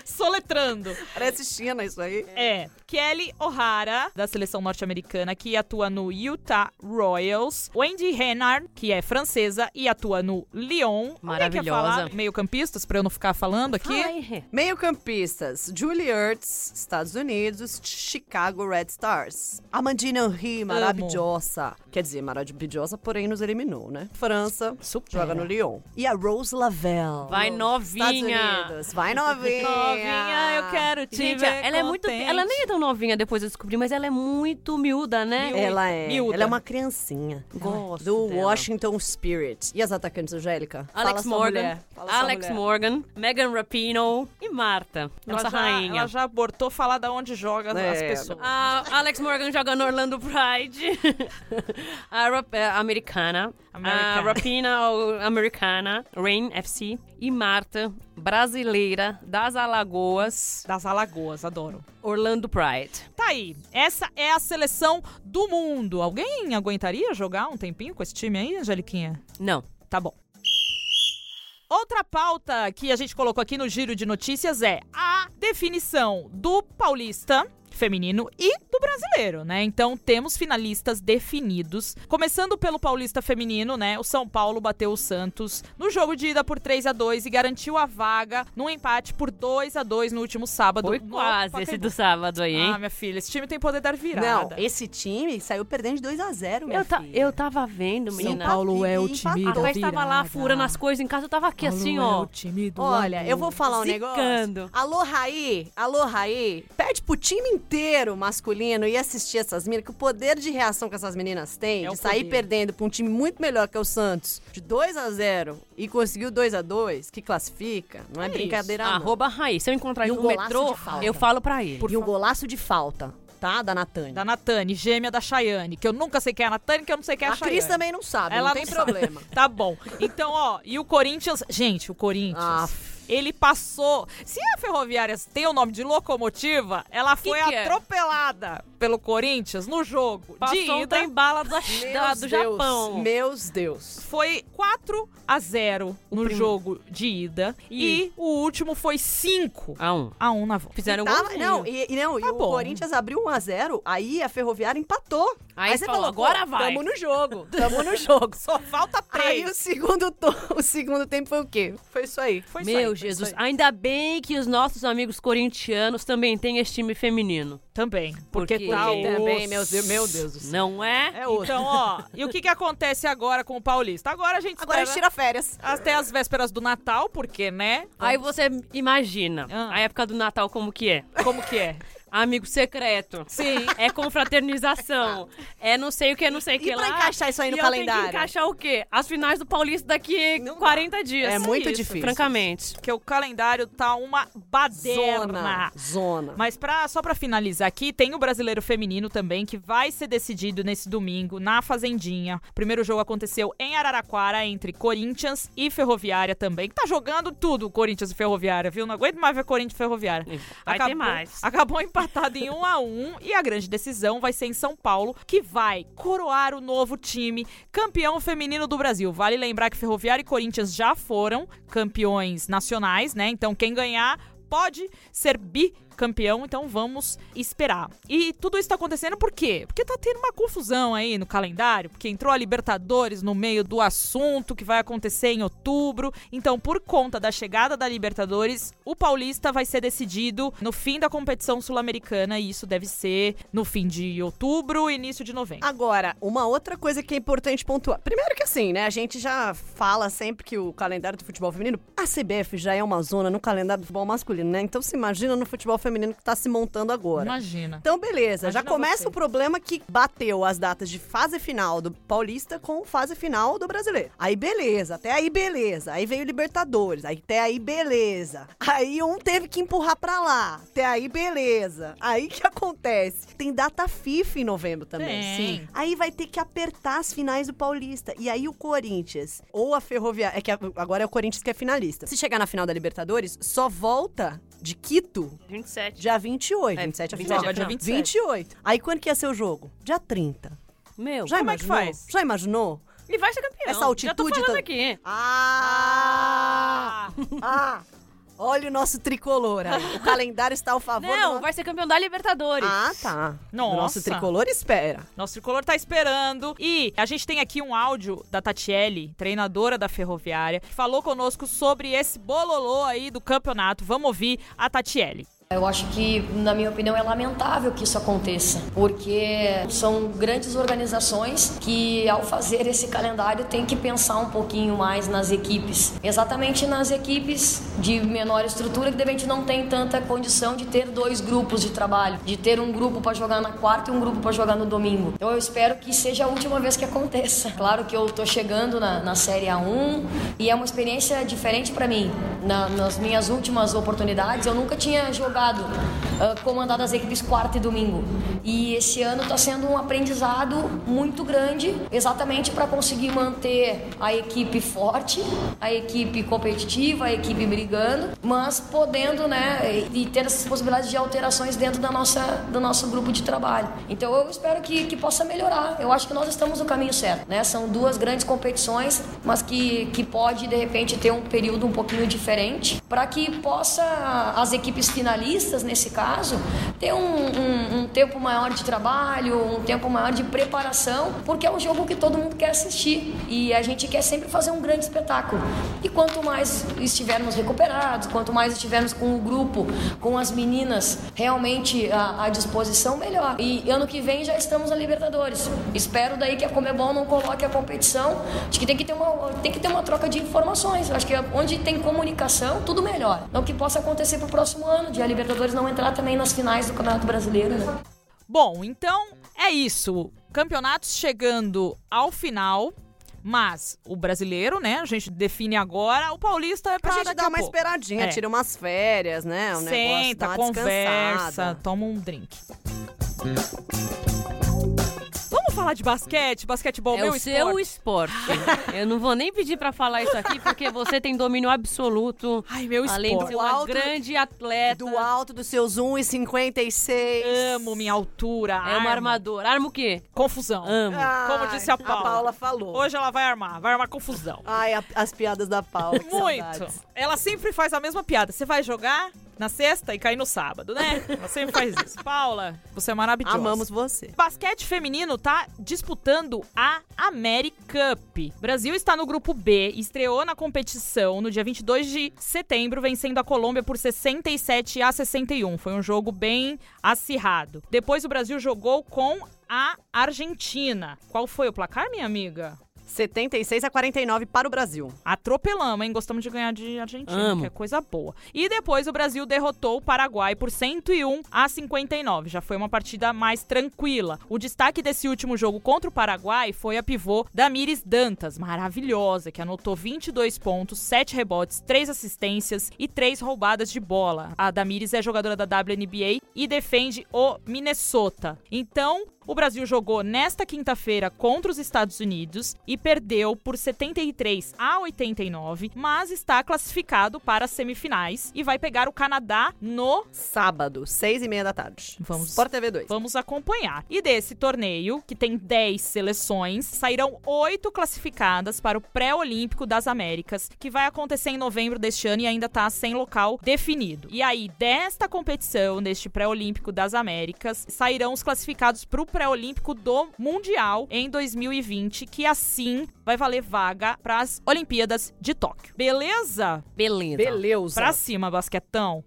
Speaker 1: Soletrando.
Speaker 3: parece China isso aí.
Speaker 1: É. Kelly O'Hara, da seleção norte-americana, que atua no Utah Royals. Wendy Renard, que é francesa e atua no Lyon. Alguém quer
Speaker 2: Maravilhosa.
Speaker 1: falar Meio campistas, pra eu não ficar falando aqui.
Speaker 2: Ai,
Speaker 3: Meio-campistas, Julie Ertz, Estados Unidos, Chicago Red Stars. Amandine Henry, maravilhosa. Quer dizer, maravilhosa, porém nos eliminou, né? França,
Speaker 1: Supera.
Speaker 3: joga no Lyon. E a Rose Lavelle.
Speaker 2: Vai novinha.
Speaker 3: Estados Unidos, vai novinha.
Speaker 1: Novinha, eu quero te
Speaker 2: Gente,
Speaker 1: ver
Speaker 2: ela é muito.
Speaker 1: contente.
Speaker 2: Ela nem é tão novinha depois eu descobri, mas ela é muito miúda, né?
Speaker 3: Ela é,
Speaker 1: Miúda.
Speaker 3: ela é uma criancinha.
Speaker 2: Gosto
Speaker 3: Do
Speaker 2: dela.
Speaker 3: Washington Spirit. E as atacantes, Angélica? Fala
Speaker 2: Alex
Speaker 3: sua
Speaker 2: Morgan,
Speaker 3: mulher. Fala sua
Speaker 2: Alex
Speaker 3: mulher.
Speaker 2: Morgan, Megan Rapinoe e Marta,
Speaker 1: Ela
Speaker 2: nossa
Speaker 1: já,
Speaker 2: rainha.
Speaker 1: Ela já abortou falar da onde joga as
Speaker 3: É.
Speaker 1: pessoas.
Speaker 2: A Alex Morgan joga no Orlando Pride. a Rap- é, americana.
Speaker 1: Americana.
Speaker 2: A Rapina o- americana. Rain FC. E Marta, brasileira, das Alagoas.
Speaker 1: Das Alagoas, adoro.
Speaker 2: Orlando Pride.
Speaker 1: Tá aí, essa é a seleção do mundo. Alguém aguentaria jogar um tempinho com esse time aí, Angeliquinha?
Speaker 2: Não.
Speaker 1: Tá bom. Outra pauta que a gente colocou aqui no giro de notícias é a definição do paulista feminino e do brasileiro, né? Então temos finalistas definidos. Começando pelo paulista feminino, né? O São Paulo bateu o Santos no jogo de ida por 3 a 2 e garantiu a vaga num empate por 2 a 2 no último sábado.
Speaker 2: Foi
Speaker 1: no
Speaker 2: quase esse
Speaker 1: Pacaembu.
Speaker 2: do sábado aí, hein?
Speaker 1: Ah, minha filha, esse time tem poder dar
Speaker 3: Não,
Speaker 1: virada.
Speaker 3: esse time saiu perdendo de 2 a 0 minha
Speaker 2: eu, ta-
Speaker 3: filha.
Speaker 2: eu tava vendo, menina.
Speaker 3: Paulo é o time
Speaker 2: A
Speaker 3: da
Speaker 2: Paz tava lá furando as coisas em casa, eu tava aqui
Speaker 1: é
Speaker 2: assim, ó.
Speaker 3: Olha, eu vou falar um
Speaker 2: Zicando.
Speaker 3: negócio. Alô, Raí, alô, Raí. Pede pro time inteiro masculino e assistir essas meninas, que o poder de reação que essas meninas têm,
Speaker 1: É o
Speaker 3: de sair
Speaker 1: poder.
Speaker 3: perdendo pra um time muito melhor que o Santos, de 2 a 0 e conseguiu 2 a 2 que classifica, não é, brincadeira não.
Speaker 2: Arroba Raí. Se eu encontrar
Speaker 3: E
Speaker 2: ele
Speaker 3: um
Speaker 2: no
Speaker 3: golaço
Speaker 2: metrô,
Speaker 3: de falta.
Speaker 2: eu falo pra ele.
Speaker 3: e o golaço de falta, tá? Da Natânia.
Speaker 1: Da Natane, gêmea da Chayane, que eu nunca sei quem é a Natane, que eu não sei quem é a,
Speaker 3: a Cris
Speaker 1: Chayane.
Speaker 3: também não sabe, não tem
Speaker 1: sabe.
Speaker 3: problema.
Speaker 1: Tá bom. Então, ó, e o Corinthians. Gente, o Corinthians.
Speaker 3: Ah,
Speaker 1: Ele passou. Se a Ferroviária tem o nome de locomotiva, ela foi
Speaker 2: que é?
Speaker 1: atropelada pelo Corinthians no jogo. de
Speaker 3: um
Speaker 2: Passou
Speaker 1: ida.
Speaker 2: tem bala da, da-
Speaker 3: Meus
Speaker 2: do
Speaker 3: Deus,
Speaker 2: Japão.
Speaker 3: Meus Deus.
Speaker 1: Foi 4 a 0 no jogo de ida. E, o último foi 5
Speaker 2: A um.
Speaker 1: a 1 na volta.
Speaker 2: Fizeram um
Speaker 3: Tava-
Speaker 2: golzinho.
Speaker 3: não, e, e não, e
Speaker 1: Tá
Speaker 3: o
Speaker 1: bom.
Speaker 3: Corinthians abriu 1x0, aí a Ferroviária empatou.
Speaker 2: Aí
Speaker 3: você
Speaker 2: falou,
Speaker 3: pô,
Speaker 2: agora vai.
Speaker 3: Tamo no jogo, tamo no jogo.
Speaker 1: Só falta
Speaker 3: Aí
Speaker 1: 3.
Speaker 3: o segundo, to- o segundo tempo foi o quê? Foi isso aí.
Speaker 1: Foi isso aí,
Speaker 2: Meu
Speaker 1: foi
Speaker 2: Jesus,
Speaker 1: isso aí.
Speaker 2: ainda bem que os nossos amigos corintianos também têm esse time feminino.
Speaker 1: Também. Porque,
Speaker 2: Porque
Speaker 1: tá
Speaker 2: também,
Speaker 1: osso.
Speaker 3: do
Speaker 2: Não é?
Speaker 3: É outro.
Speaker 1: Então, ó, e o que que acontece agora com o Paulista? Agora a gente
Speaker 3: Agora a gente
Speaker 1: espera
Speaker 3: tira férias.
Speaker 1: até as vésperas do Natal, porque, né?
Speaker 2: Aí você imagina
Speaker 1: Ah.
Speaker 2: a época do Natal como que é.
Speaker 1: Como que é?
Speaker 2: Amigo secreto.
Speaker 1: Sim.
Speaker 2: É confraternização. é não sei o que, não sei o que
Speaker 3: E
Speaker 2: lá.
Speaker 3: pra encaixar isso aí no
Speaker 2: E eu Tenho que
Speaker 3: calendário?
Speaker 2: encaixar o quê? As finais do Paulista daqui
Speaker 3: Não dá.
Speaker 2: 40 dias.
Speaker 3: É muito
Speaker 2: isso,
Speaker 3: difícil.
Speaker 2: Francamente.
Speaker 1: Porque o calendário tá uma baderna.
Speaker 3: Zona. Zona.
Speaker 1: Mas pra, só pra finalizar aqui, tem o brasileiro feminino também, que vai ser decidido nesse domingo na Fazendinha. O primeiro jogo aconteceu em Araraquara, entre Corinthians e Ferroviária também. Que tá jogando tudo, Corinthians e Ferroviária, viu? Não aguento mais ver Corinthians e Ferroviária.
Speaker 2: Vai ter mais.
Speaker 1: Acabou empatado em 1 a 1 e a grande decisão vai ser em São Paulo, que vai coroar o novo time campeão feminino do Brasil. Vale lembrar que Ferroviária e Corinthians já foram campeões nacionais, né? Então quem ganhar pode ser bicampeão, então vamos esperar. E tudo isso tá acontecendo por quê? Porque tá tendo uma confusão aí no calendário, porque entrou a Libertadores no meio do assunto que vai acontecer em outubro. Então, por conta da chegada da Libertadores, o Paulista vai ser decidido no fim da competição sul-americana e isso deve ser no fim de outubro, início de novembro.
Speaker 3: Agora, uma outra coisa que é importante pontuar. Primeiro que assim, né? A gente já fala sempre que o calendário do futebol feminino, a CBF já é uma zona no calendário do futebol masculino, né? Então se imagina no futebol feminino que tá se montando agora.
Speaker 1: Imagina.
Speaker 3: Então, beleza.
Speaker 1: Imagina
Speaker 3: já começa
Speaker 1: você.
Speaker 3: o problema que bateu as datas de fase final do Paulista com fase final do Brasileiro. Aí, beleza. Até aí, beleza. Aí veio Libertadores. Aí, até aí, beleza. Aí, um teve que empurrar pra lá. Até aí, beleza. Aí, que acontece? Tem data FIFA em novembro também.
Speaker 1: Tem. Sim.
Speaker 3: Aí vai ter que apertar as finais do Paulista. E aí o Corinthians, ou a Ferroviária, é que agora é o Corinthians que é finalista. Se chegar na final da Libertadores, só volta de Quito
Speaker 2: 27.
Speaker 3: dia 28.
Speaker 2: É,
Speaker 3: 27 é a
Speaker 2: 27
Speaker 3: final.
Speaker 2: é a
Speaker 1: final.
Speaker 3: 28. Aí quando que ia ser o jogo? Dia 30.
Speaker 1: Então,
Speaker 2: Meu,
Speaker 3: Já
Speaker 2: como é que
Speaker 3: imaginou?
Speaker 2: faz?
Speaker 3: Já imaginou?
Speaker 2: Ele vai ser campeão.
Speaker 3: Essa altitude
Speaker 2: Já tô falando
Speaker 3: tá-
Speaker 2: aqui.
Speaker 3: Ah! Ah! Olha o nosso tricolor aí. O calendário está ao favor do
Speaker 2: Não,
Speaker 3: nosso-
Speaker 2: vai ser campeão da Libertadores.
Speaker 3: Ah, tá. O
Speaker 1: Nossa.
Speaker 3: Nosso tricolor espera.
Speaker 1: Nosso tricolor tá esperando. E a gente tem aqui um áudio da Tatiele, treinadora da Ferroviária, que falou conosco sobre esse bololô aí do campeonato. Vamos ouvir a Tatiele.
Speaker 4: Eu acho que, na minha opinião, é lamentável que isso aconteça, porque são grandes organizações que, ao fazer esse calendário, tem que pensar um pouquinho mais nas equipes. Exatamente nas equipes de menor estrutura, que de repente não tem tanta condição de ter dois grupos de trabalho, de ter um grupo para jogar na quarta e um grupo para jogar no domingo. Então, eu espero que seja a última vez que aconteça. Claro que eu tô chegando na, na Série A1 e é uma experiência diferente para mim. Na- nas minhas últimas oportunidades, eu nunca tinha jogado, ah, comandado as equipes quarta e domingo. E esse ano está sendo um aprendizado muito grande, exatamente para conseguir manter a equipe forte, a equipe competitiva, a equipe brigando, mas podendo, né, e e ter essas possibilidades de alterações dentro da nossa, do nosso grupo de trabalho. Então eu espero que, que possa melhorar. Eu acho que nós estamos no caminho certo, né? São duas grandes competições, mas que, que pode de repente ter um período um pouquinho diferente para que possa as equipes finalistas nesse caso ter um, um- um tempo maior de trabalho, um tempo maior de preparação, porque é um jogo que todo mundo quer assistir e a gente quer sempre fazer um grande espetáculo. E quanto mais estivermos recuperados, quanto mais estivermos com o grupo, com as meninas realmente à, à disposição, melhor. E ano que vem já estamos na Libertadores. Espero daí que a Comebol não coloque a competição. Acho que tem que ter uma, tem que ter uma troca de informações. Acho que é onde tem comunicação, tudo melhor. Não que possa acontecer pro próximo ano, de a Libertadores não entrar também nas finais do Campeonato Brasileiro, né?
Speaker 1: Bom, então é isso. Campeonatos chegando ao final. Mas o brasileiro, né? A gente define agora. O paulista é pra
Speaker 3: Pra gente
Speaker 1: daqui
Speaker 3: dar
Speaker 1: a
Speaker 3: uma
Speaker 1: pouco.
Speaker 3: esperadinha,
Speaker 1: É.
Speaker 3: tira umas férias, né? Um negócio, dá
Speaker 1: Senta,
Speaker 3: uma
Speaker 1: conversa,
Speaker 3: descansada.
Speaker 1: toma um drink. Vamos falar de basquete, basquetebol,
Speaker 2: É
Speaker 1: meu
Speaker 2: o seu
Speaker 1: esporte.
Speaker 2: esporte. Eu não vou nem pedir pra falar isso aqui, porque você tem domínio absoluto.
Speaker 1: Ai, meu
Speaker 2: Além de
Speaker 1: esporte.
Speaker 2: ser uma
Speaker 3: Do alto-
Speaker 2: grande atleta.
Speaker 3: Do alto dos seus 1,56.
Speaker 1: Amo minha altura.
Speaker 2: É uma
Speaker 1: arma.
Speaker 2: armadora. Arma o quê?
Speaker 1: Confusão.
Speaker 2: Amo.
Speaker 1: Como
Speaker 3: Ai,
Speaker 1: disse a Paula.
Speaker 3: A Paula falou.
Speaker 1: Hoje ela vai armar, vai armar confusão.
Speaker 3: Ai, a- as piadas da Paula. que
Speaker 1: Muito.
Speaker 3: saudades.
Speaker 1: Ela sempre faz a mesma piada. Você vai jogar na sexta e cair no sábado, né? Ela sempre faz isso. Paula, você é maravilhosa.
Speaker 3: Amamos você.
Speaker 1: Basquete feminino tá disputando a AmeriCup. Brasil está no grupo B, estreou na competição no dia 22 de setembro, vencendo a Colômbia por 67 a 61. Foi um jogo bem acirrado. Depois o Brasil jogou com a Argentina. Qual foi o placar, minha amiga?
Speaker 3: 76 a 49 para o Brasil.
Speaker 1: Atropelamos, hein? Gostamos de ganhar de Argentina,
Speaker 2: Amo.
Speaker 1: que é coisa boa. E depois o Brasil derrotou o Paraguai por 101 a 59. Já foi uma partida mais tranquila. O destaque desse último jogo contra o Paraguai foi a pivô Damires Dantas, maravilhosa, que anotou 22 pontos, 7 rebotes, 3 assistências e 3 roubadas de bola. A Damires é jogadora da WNBA e defende o Minnesota. Então, o Brasil jogou nesta quinta-feira contra os Estados Unidos e perdeu por 73 a 89, mas está classificado para as semifinais e vai pegar o Canadá no.
Speaker 3: Sábado, seis e meia da tarde.
Speaker 1: Vamos.
Speaker 3: Sport TV 2.
Speaker 1: Vamos acompanhar. E desse torneio, que tem 10 seleções, sairão 8 classificadas para o Pré-Olímpico das Américas, que vai acontecer em novembro deste ano e ainda está sem local definido. E aí, desta competição, deste Pré-Olímpico das Américas, sairão os classificados para o Pré-Olímpico do Mundial em 2020, que assim vai valer vaga para as Olimpíadas de Tóquio. Beleza?
Speaker 2: Beleza.
Speaker 3: Beleza.
Speaker 1: Pra cima, basquetão.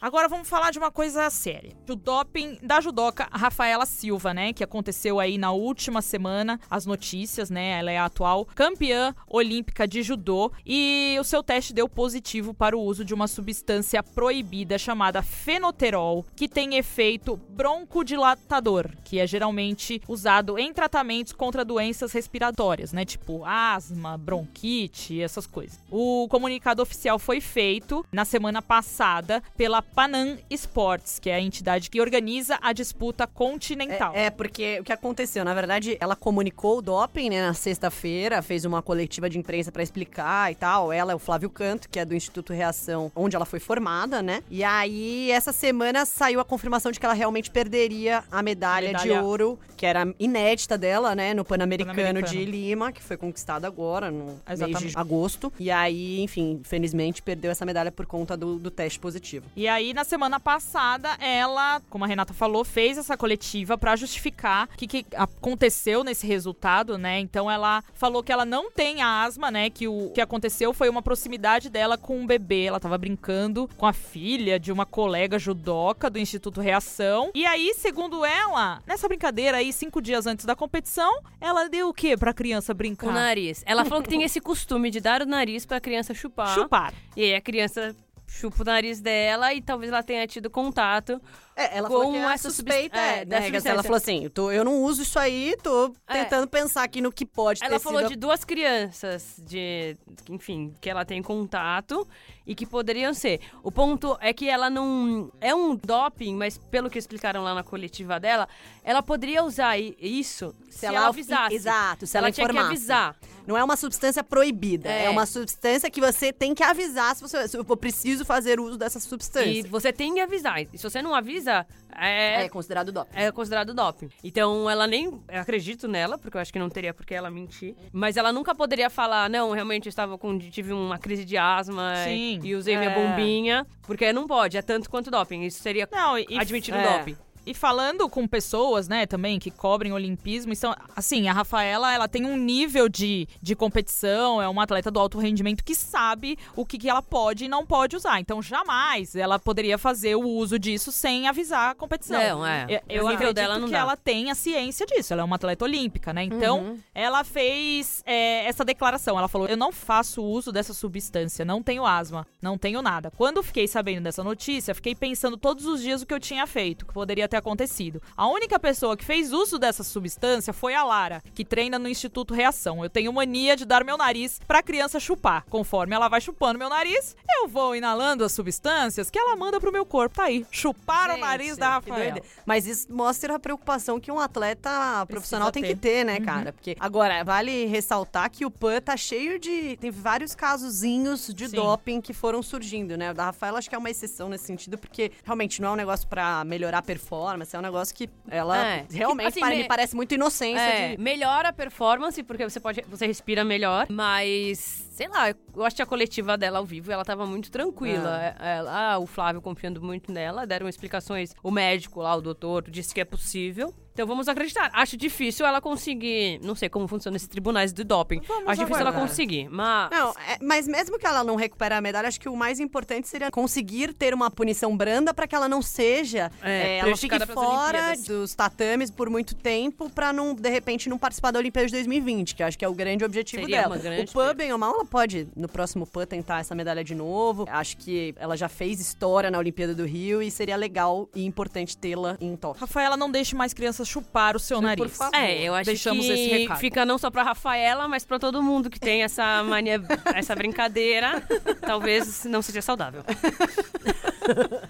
Speaker 1: Agora vamos falar de uma coisa séria. Do doping da judoca Rafaela Silva, né? Que aconteceu aí na última semana, as notícias, né? Ela é a atual campeã olímpica de judô e o seu teste deu positivo para o uso de uma substância proibida chamada fenoterol, que tem efeito broncodilatador, que é geralmente usado em tratamentos contra doenças respiratórias, né? Tipo asma, bronquite, essas coisas. O comunicado oficial foi feito na semana passada pela Panam Sports, que é a entidade que organiza a disputa continental.
Speaker 3: É, é, porque o que aconteceu, na verdade, ela comunicou o doping, né, na sexta-feira, fez uma coletiva de imprensa para explicar e tal. Ela é o Flávio Canto, que é do Instituto Reação, onde ela foi formada, né? E aí essa semana saiu a confirmação de que ela realmente perderia a medalha,
Speaker 1: Medalha.
Speaker 3: de ouro, que era inédita dela, né, no Pan-Americano de
Speaker 1: Pan-Americano.
Speaker 3: Lima, que foi conquistada agora no mês
Speaker 1: Exatamente.
Speaker 3: de agosto. E aí, enfim, felizmente perdeu essa medalha por conta do, do teste positivo.
Speaker 1: E aí, na semana passada, ela, como a Renata falou, fez essa coletiva pra justificar o que, que aconteceu nesse resultado, né? Então, ela falou que ela não tem asma, né? Que o que aconteceu foi uma proximidade dela com um bebê. Ela tava brincando com a filha de uma colega judoca do Instituto Reação. E aí, segundo ela, nessa brincadeira aí, cinco dias antes da competição, ela deu o quê pra criança brincar?
Speaker 2: O nariz. Ela falou que tem esse costume de dar o nariz pra criança chupar.
Speaker 1: Chupar.
Speaker 2: E aí a criança chupa o nariz dela e talvez ela tenha tido contato.
Speaker 3: É, ela
Speaker 2: Com
Speaker 3: falou que é
Speaker 2: essa
Speaker 3: suspeita,
Speaker 2: subs-
Speaker 3: é,
Speaker 2: é,
Speaker 3: né,
Speaker 2: da
Speaker 3: Gastão?
Speaker 2: substância.
Speaker 3: Ela falou assim, eu, tô- eu não uso isso aí, tô
Speaker 2: É.
Speaker 3: tentando pensar aqui no que pode ter
Speaker 2: Ela falou
Speaker 3: sido a
Speaker 2: de duas crianças de, enfim, que ela tem contato e que poderiam ser. O ponto é que ela não é um doping, mas pelo que explicaram lá na coletiva dela, ela poderia usar i- isso se, ela, avisasse.
Speaker 3: Exato, se ela,
Speaker 2: ela tinha que
Speaker 3: informasse.
Speaker 2: avisar.
Speaker 3: Não é uma substância proibida, é.
Speaker 2: É.
Speaker 3: uma substância que você tem que avisar se você se eu preciso fazer uso dessa
Speaker 2: E
Speaker 3: substância.
Speaker 2: você tem que avisar. E se você não avisa, é,
Speaker 3: É considerado doping.
Speaker 2: é considerado doping. Então ela nem. Eu acredito nela, porque eu acho que não teria por que ela mentir. Mas ela nunca poderia falar, não, realmente eu estava com. tive uma crise de asma
Speaker 1: Sim.
Speaker 2: e, e usei minha
Speaker 1: É.
Speaker 2: bombinha. Porque não pode, é tanto quanto doping. Isso seria
Speaker 1: Não, e,
Speaker 2: admitido um
Speaker 1: é.
Speaker 2: doping.
Speaker 1: E falando com pessoas, né, também, que cobrem olimpismo, e são, assim, a Rafaela, ela tem um nível de, de competição, é uma atleta do alto rendimento que sabe o que, que ela pode e não pode usar. Então, jamais ela poderia fazer o uso disso sem avisar a competição.
Speaker 2: Não, é.
Speaker 1: Eu, eu
Speaker 2: O nível
Speaker 1: acredito
Speaker 2: dela não
Speaker 1: que
Speaker 2: dá. Uhum.
Speaker 1: ela tem a ciência disso, ela é uma atleta olímpica, né? Então, ela fez é, essa declaração. Ela falou: Eu não faço uso dessa substância, não tenho asma, não tenho nada. Quando eu fiquei sabendo dessa notícia, fiquei pensando todos os dias o que eu tinha feito, o que poderia ter acontecido. A única pessoa que fez uso dessa substância foi a Lara, que treina no Instituto Reação. Eu tenho mania de dar meu nariz pra criança chupar. Conforme ela vai chupando meu nariz, eu vou inalando as substâncias que ela manda pro meu corpo. Tá aí, chupar o
Speaker 3: Gente,
Speaker 1: nariz da
Speaker 3: que
Speaker 1: Rafaela.
Speaker 3: doideira. Mas isso mostra a preocupação que um atleta profissional tem que
Speaker 1: ter. Uhum.
Speaker 3: ter, né, cara? Porque agora vale ressaltar que o PAN tá cheio de tem vários casozinhos de
Speaker 1: Sim.
Speaker 3: doping que foram surgindo, né? O da Rafaela acho que é uma exceção nesse sentido, porque realmente não é um negócio pra melhorar a performance, é um negócio que ela
Speaker 2: É.
Speaker 3: realmente
Speaker 2: Assim,
Speaker 3: pare-
Speaker 2: me-
Speaker 3: me parece muito inocência
Speaker 2: É,
Speaker 3: de
Speaker 2: melhora a performance, porque você pode. Você respira melhor, mas. Sei lá, eu acho que a coletiva dela ao vivo, ela tava muito tranquila.
Speaker 1: Ah.
Speaker 2: É, Ela, ah, o Flávio confiando muito nela, deram explicações. O médico lá, o doutor, disse que é possível. Então vamos acreditar. Acho difícil ela conseguir. Não sei como funciona esses tribunais do doping.
Speaker 1: Vamos
Speaker 2: acho difícil ela
Speaker 1: aguardar.
Speaker 2: conseguir. Mas.
Speaker 3: Não, é- mas mesmo que ela não recupere a medalha, acho que o mais importante seria conseguir ter uma punição branda para que ela não seja,
Speaker 2: É,
Speaker 3: é, ela fique
Speaker 2: prejudicada pelas
Speaker 3: fora
Speaker 2: Olimpíadas.
Speaker 3: dos tatames por muito tempo para não, de repente, não participar da Olimpíada de 2020, que acho que é o grande objetivo
Speaker 2: Seria
Speaker 3: dela.
Speaker 2: uma grande
Speaker 3: o PAN,
Speaker 2: perda.
Speaker 3: bem ou mal, ela pode, no próximo PAN, tentar essa medalha de novo. Acho que ela já fez história na Olimpíada do Rio e seria legal e importante tê-la em Tóquio.
Speaker 1: Rafaela, não deixe mais crianças chupar o seu nariz.
Speaker 3: favor.
Speaker 2: É, eu acho
Speaker 1: Deixamos
Speaker 2: que
Speaker 1: esse recado.
Speaker 2: fica não só pra Rafaela, mas pra todo mundo que tem essa mania, essa brincadeira. Talvez não seja saudável.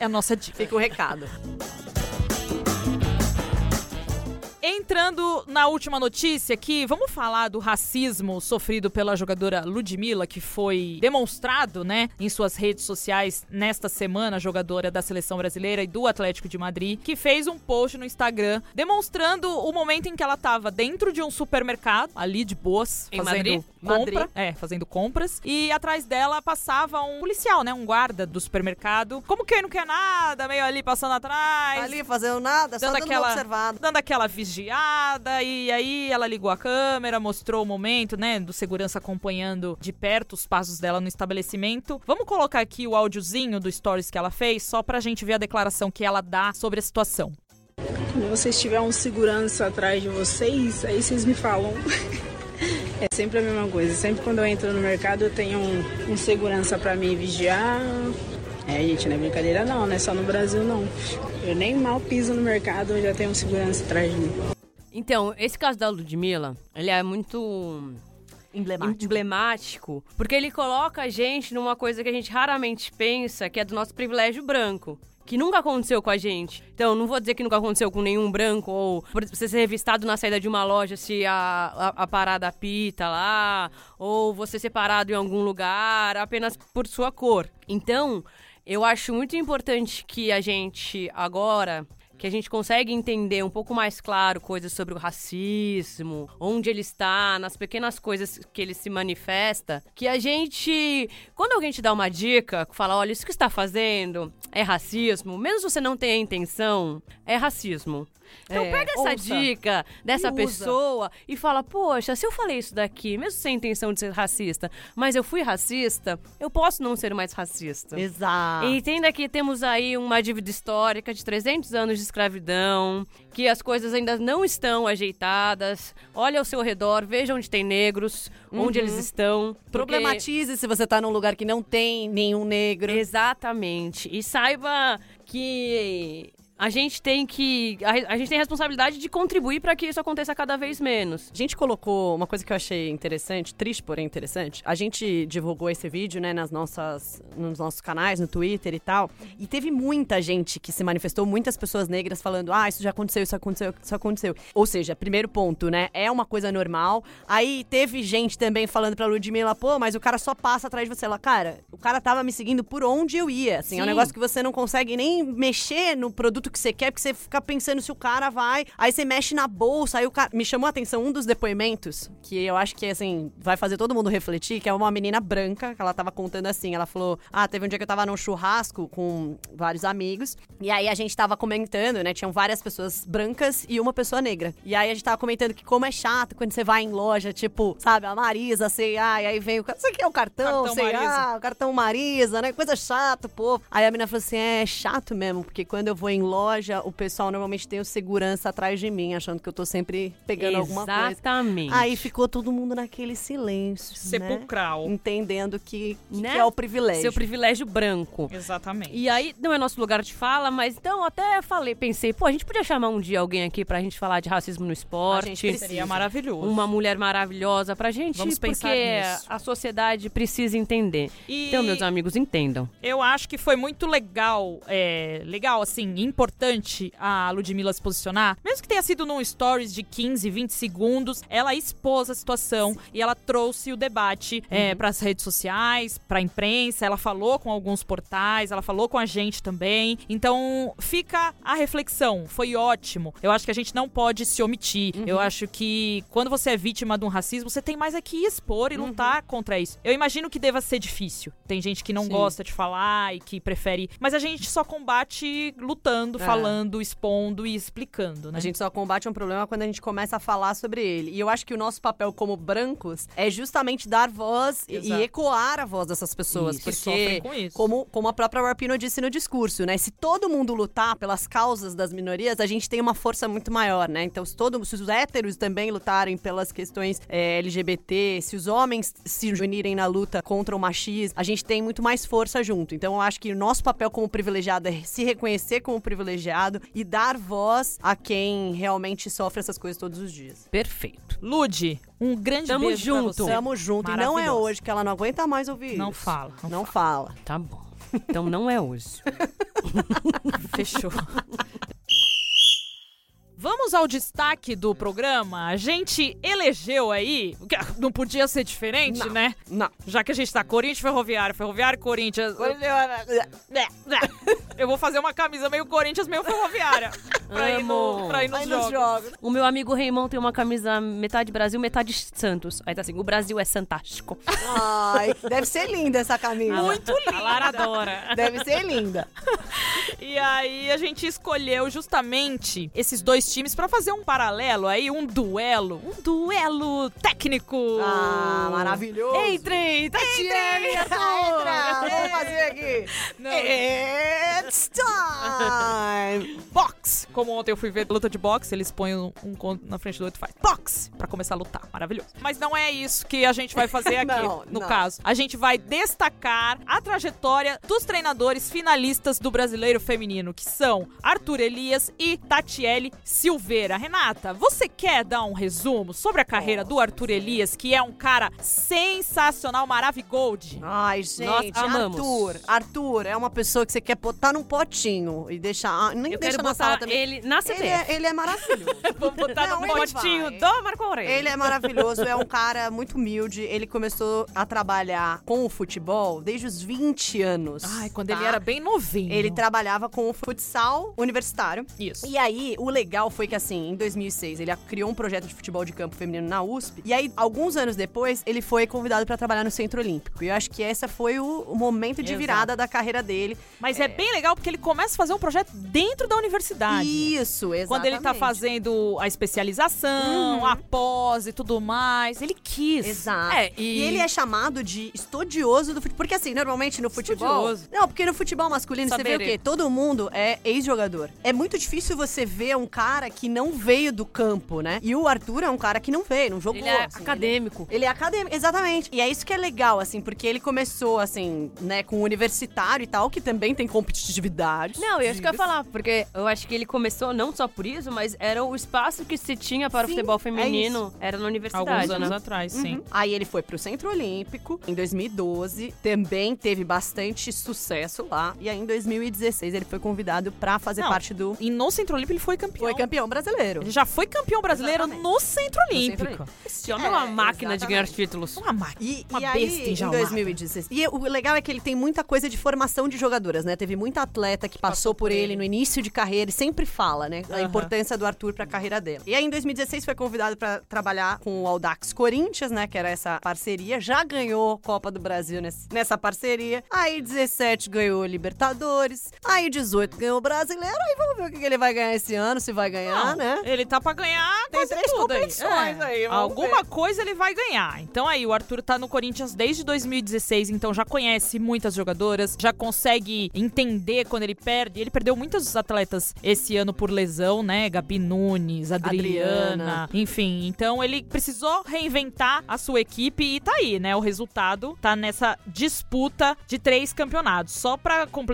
Speaker 1: É a nossa dica.
Speaker 3: Fica o recado.
Speaker 1: Entrando na última notícia aqui, vamos falar do racismo sofrido pela jogadora Ludmilla, que foi demonstrado, né, em suas redes sociais nesta semana, a jogadora da seleção brasileira e do Atlético de Madrid, que fez um post no Instagram demonstrando o momento em que ela tava dentro de um supermercado, ali de boas,
Speaker 2: Em
Speaker 1: fazendo
Speaker 2: Madrid?
Speaker 1: compra.
Speaker 3: Madrid.
Speaker 1: É, fazendo compras. E atrás dela passava um policial, né? Um guarda do supermercado. Como quem não quer nada, meio ali passando atrás.
Speaker 3: Ali fazendo nada, Tá só dando uma observada.
Speaker 1: dando aquela vigiada, vigiada, e aí ela ligou a câmera, mostrou o momento, né, do segurança acompanhando de perto os passos dela no estabelecimento. Vamos colocar aqui o áudiozinho do stories que ela fez, só pra gente ver a declaração que ela dá sobre a situação.
Speaker 5: Quando vocês tiverem um segurança atrás de vocês, aí vocês me falam. É sempre a mesma coisa. Sempre quando eu entro no mercado, eu tenho um, um segurança pra me vigiar. É, gente, não é brincadeira não, não é só no Brasil não. Eu nem mal piso no mercado, eu já tenho um segurança atrás de mim.
Speaker 2: Então, esse caso da Ludmilla, ele é muito
Speaker 3: Emblemático.
Speaker 2: emblemático, porque ele coloca a gente numa coisa que a gente raramente pensa, que é do nosso privilégio branco. Que nunca aconteceu com a gente. Então, não vou dizer que nunca aconteceu com nenhum branco, ou por você ser revistado na saída de uma loja se a, a, a parada pita lá, ou você ser parado em algum lugar apenas por sua cor. Então, eu acho muito importante que a gente agora que a gente consegue entender um pouco mais claro coisas sobre o racismo, onde ele está, nas pequenas coisas que ele se manifesta, que a gente, quando alguém te dá uma dica, fala, olha, isso que está fazendo é racismo, mesmo você não tenha intenção, é racismo. Então
Speaker 3: É,
Speaker 2: pega essa
Speaker 3: ouça.
Speaker 2: dica dessa
Speaker 3: usa.
Speaker 2: pessoa e fala, poxa, se eu falei isso daqui, mesmo sem intenção de ser racista, mas eu fui racista, eu posso não ser mais racista.
Speaker 3: Exato.
Speaker 2: E Entenda que temos aí uma dívida histórica de 300 anos de escravidão, que as coisas ainda não estão ajeitadas. Olha ao seu redor, veja onde tem negros, onde
Speaker 3: Uhum.
Speaker 2: eles estão. porque-
Speaker 3: Problematize se você tá num lugar que não tem nenhum negro.
Speaker 2: Exatamente. E saiba que a gente tem que a, a gente tem a responsabilidade de contribuir para que isso aconteça cada vez menos.
Speaker 3: A gente colocou uma coisa que eu achei interessante, triste, porém interessante. A gente divulgou esse vídeo, né, nas nossas, nos nossos canais, no Twitter e tal. E teve muita gente que se manifestou, muitas pessoas negras falando: ah, isso já aconteceu, isso aconteceu, isso aconteceu. Ou seja, primeiro ponto, né? É uma coisa normal. Aí teve gente também falando pra Ludmilla: pô, mas o cara só passa atrás de você. Ela, cara, o cara tava me seguindo por onde eu ia. Assim, é um
Speaker 2: Sim.
Speaker 3: negócio que você não consegue nem mexer no produto que você quer, porque você fica pensando se o cara vai. Aí você mexe na bolsa, aí o cara. Me chamou a atenção um dos depoimentos, que eu acho que, assim, vai fazer todo mundo refletir, que é uma menina branca, que ela tava contando assim. Ela falou: Ah, teve um dia que eu tava num churrasco com vários amigos, e aí a gente tava comentando, né? Tinham várias pessoas brancas e uma pessoa negra. E aí a gente tava comentando que como é chato quando você vai em loja, tipo, sabe, a Marisa, sei, ah, e aí vem o. ca- Isso aqui é o cartão,
Speaker 1: Cartão
Speaker 3: sei,
Speaker 1: Marisa.
Speaker 3: ah, ah, o cartão Marisa, né? Coisa chata, pô. Aí a menina falou assim: é chato mesmo, porque quando eu vou em loja, o pessoal normalmente tem o segurança atrás de mim, achando que eu tô sempre pegando alguma coisa.
Speaker 2: Exatamente.
Speaker 3: Aí ficou todo mundo naquele silêncio.
Speaker 1: Sepulcral.
Speaker 3: Né? Entendendo que, que
Speaker 2: Né?
Speaker 3: que é o privilégio.
Speaker 2: seu privilégio branco.
Speaker 1: Exatamente.
Speaker 2: E aí, não é nosso lugar de fala, mas então até falei, pensei, pô, a gente podia chamar um dia alguém aqui pra gente falar de racismo no esporte.
Speaker 3: A gente precisa.
Speaker 1: Seria maravilhoso.
Speaker 2: Uma mulher maravilhosa pra gente,
Speaker 1: Vamos
Speaker 2: porque
Speaker 1: pensar nisso.
Speaker 2: a sociedade precisa entender.
Speaker 1: E-
Speaker 2: Então, meus amigos, entendam.
Speaker 1: Eu acho que foi muito legal, é, legal, assim, importante a Ludmilla se posicionar. Mesmo que tenha sido num stories de 15, 20 segundos, ela expôs a situação e ela trouxe o debate para as redes sociais, para a imprensa, ela falou com alguns portais, ela falou com a gente também. Então, fica a reflexão. Foi ótimo. Eu acho que a gente não pode se omitir. Eu
Speaker 3: Uhum.
Speaker 1: acho que quando você é vítima de um racismo, você tem mais é que expor e
Speaker 3: Uhum.
Speaker 1: lutar contra isso. Eu imagino que deva ser difícil. Tem gente que não
Speaker 2: Sim.
Speaker 1: gosta de falar e que prefere. Mas a gente só combate lutando,
Speaker 3: É.
Speaker 1: falando, expondo e explicando, né?
Speaker 3: A gente só combate um problema quando a gente começa a falar sobre ele. E eu acho que o nosso papel como brancos é justamente dar voz e-
Speaker 1: Exato.
Speaker 3: e ecoar a voz dessas pessoas.
Speaker 1: Que
Speaker 3: Porque
Speaker 1: sofrem com isso.
Speaker 3: Como, como a própria Warpino disse no discurso, né? Se todo mundo lutar pelas causas das minorias, a gente tem uma força muito maior, né? Então, se, todo, se os héteros também lutarem pelas questões eh, LGBT, se os homens se unirem na luta contra o machismo, a gente tem muito mais força junto. Então, eu acho que o nosso papel como privilegiado é se reconhecer como privilegiado e dar voz a quem realmente sofre essas coisas todos os dias.
Speaker 2: Perfeito.
Speaker 1: Lude, um grande
Speaker 2: Tamo
Speaker 1: beijo
Speaker 2: junto.
Speaker 1: Pra você.
Speaker 3: Tamo junto. E não é
Speaker 1: Maravilhoso.
Speaker 3: hoje que ela não aguenta mais ouvir
Speaker 1: Não
Speaker 3: isso.
Speaker 1: fala, não
Speaker 3: Não fala.
Speaker 2: Tá bom. Então não é hoje.
Speaker 1: Fechou. Vamos ao destaque do programa. A gente elegeu aí, o que não podia ser diferente, né?
Speaker 3: Não.
Speaker 1: Já que a gente tá Corinthians Ferroviário, Ferroviário Corinthians.
Speaker 3: é.
Speaker 1: Eu vou fazer uma camisa meio Corinthians, meio Ferroviária. pra, ir no,
Speaker 2: Amo.
Speaker 1: pra ir nos
Speaker 3: Vai nos
Speaker 1: jogos.
Speaker 3: jogos.
Speaker 2: O meu amigo Raymond tem uma camisa metade Brasil, metade Santos. Aí tá assim, o Brasil é fantástico.
Speaker 3: Ai, deve ser linda essa camisa.
Speaker 1: Muito lindo. A Lara adora.
Speaker 3: Deve ser linda.
Speaker 1: Tá E aí a gente escolheu justamente esses dois times pra fazer um paralelo aí, um duelo. Um duelo técnico.
Speaker 3: Ah, maravilhoso.
Speaker 1: Entrem, Tatiane!
Speaker 3: Entra! Vamos fazer aqui.
Speaker 1: Não.
Speaker 3: It's time!
Speaker 1: Box! Como ontem eu fui ver luta de boxe, eles põem um, um conto na frente do outro e faz box pra começar a lutar. Maravilhoso. Mas não é isso que a gente vai fazer aqui,
Speaker 3: Não,
Speaker 1: no
Speaker 3: não.
Speaker 1: caso. A gente vai destacar a trajetória dos treinadores finalistas do brasileiro feminino, que são Arthur Elias e Tatiele Silveira. Renata, você quer dar um resumo sobre a carreira do Arthur Elias, que é um cara sensacional, maravigold?
Speaker 3: Ai, gente,
Speaker 2: Nós amamos.
Speaker 3: Arthur. Arthur é uma pessoa que você quer botar num potinho e deixar. ah, Nem
Speaker 2: Eu
Speaker 3: deixa
Speaker 2: quero
Speaker 3: na sala
Speaker 2: botar
Speaker 3: também.
Speaker 2: ele na
Speaker 3: Ele
Speaker 2: CBF.
Speaker 3: é, ele é maravilhoso.
Speaker 1: Vamos botar
Speaker 3: Não,
Speaker 1: no
Speaker 3: ele
Speaker 1: potinho
Speaker 3: vai.
Speaker 1: do Marco Aurélio.
Speaker 3: Ele é maravilhoso, é um cara muito humilde. Ele começou a trabalhar com o futebol desde os 20 anos.
Speaker 1: Ai, quando
Speaker 3: tá?
Speaker 1: ele era bem novinho.
Speaker 3: Ele tá trabalhava com o futsal universitário.
Speaker 1: Isso.
Speaker 3: E aí, o legal foi que, assim, em 2006, ele criou um projeto de futebol de campo feminino na USP. E aí, alguns anos depois, ele foi convidado pra trabalhar no Centro Olímpico. E eu acho que esse foi o, o momento de
Speaker 2: Exato.
Speaker 3: virada da carreira dele.
Speaker 1: Mas é. bem legal porque ele começa a fazer um projeto dentro da universidade.
Speaker 3: Isso, exatamente. Uhum.
Speaker 1: Quando ele tá fazendo a especialização, a pós e tudo mais, ele quis.
Speaker 3: Exato.
Speaker 2: É,
Speaker 3: e...
Speaker 2: e-
Speaker 3: ele é chamado de estudioso do futebol. Porque assim, normalmente no futebol.
Speaker 2: Estudioso.
Speaker 3: Não, porque no futebol masculino você vê o
Speaker 2: Saberê.
Speaker 3: quê? Todo mundo é ex-jogador. É muito difícil você ver um cara que não veio do campo, né? E o Arthur é um cara que não veio, não jogou.
Speaker 2: Ele é
Speaker 3: assim,
Speaker 2: acadêmico.
Speaker 3: Ele é acadêmico, exatamente. E é isso que é legal, assim, porque ele começou, assim, né, com o universitário e tal, que também tem competitividade.
Speaker 2: Não, eu acho que eu ia falar, porque eu acho que ele começou não só por isso, mas era o espaço que se tinha para
Speaker 3: Sim,
Speaker 2: o futebol
Speaker 3: é
Speaker 2: feminino, era na universidade,
Speaker 1: Alguns anos
Speaker 2: né?
Speaker 1: atrás, sim.
Speaker 3: Aí ele foi pro Centro Olímpico em 2012, também teve bastante sucesso lá. E aí em 2016 ele foi convidado pra fazer
Speaker 1: Não.
Speaker 3: parte do.
Speaker 1: E no Centro Olímpico ele foi campeão.
Speaker 3: Foi campeão brasileiro.
Speaker 1: Ele já foi campeão brasileiro no Centro Olímpico.
Speaker 2: Esse homem é uma
Speaker 3: É,
Speaker 2: máquina de ganhar
Speaker 3: exatamente.
Speaker 2: títulos.
Speaker 1: Uma máquina.
Speaker 3: E,
Speaker 1: Uma
Speaker 3: e aí,
Speaker 1: besta
Speaker 3: em
Speaker 1: enjaulada.
Speaker 3: 2016. E o legal é que ele tem muita coisa de formação de jogadoras, né? Teve muita atleta que passou por ele no início de carreira e sempre fala, né? A
Speaker 1: Aham.
Speaker 3: importância do Arthur pra carreira dela. E aí, em 2016, foi convidado pra trabalhar com o Audax Corinthians, né? Que era essa parceria. Já ganhou Copa do Brasil nesse- nessa parceria. Aí, 17 ganhou Libertadores. Aí, 18 ganhou Brasileiro. Aí, vamos ver o que que ele vai ganhar esse ano, se vai ganhar,
Speaker 1: Não,
Speaker 3: né?
Speaker 1: Ele tá pra ganhar
Speaker 3: Tem
Speaker 1: quase
Speaker 3: três
Speaker 1: tudo aí.
Speaker 3: competições
Speaker 1: É.
Speaker 3: aí, vamos
Speaker 1: Alguma coisa ele vai ganhar. Então aí, o Arthur tá no Corinthians desde 2016, então já conhece muitas jogadoras, já consegue entender quando ele perde. Ele perdeu muitos atletas esse ano por lesão, né? Gabi Nunes, Adriana,
Speaker 3: Adriana.
Speaker 1: enfim. Então ele precisou reinventar a sua equipe e tá aí, né? O resultado tá nessa disputa de três campeonatos. Só pra complementar,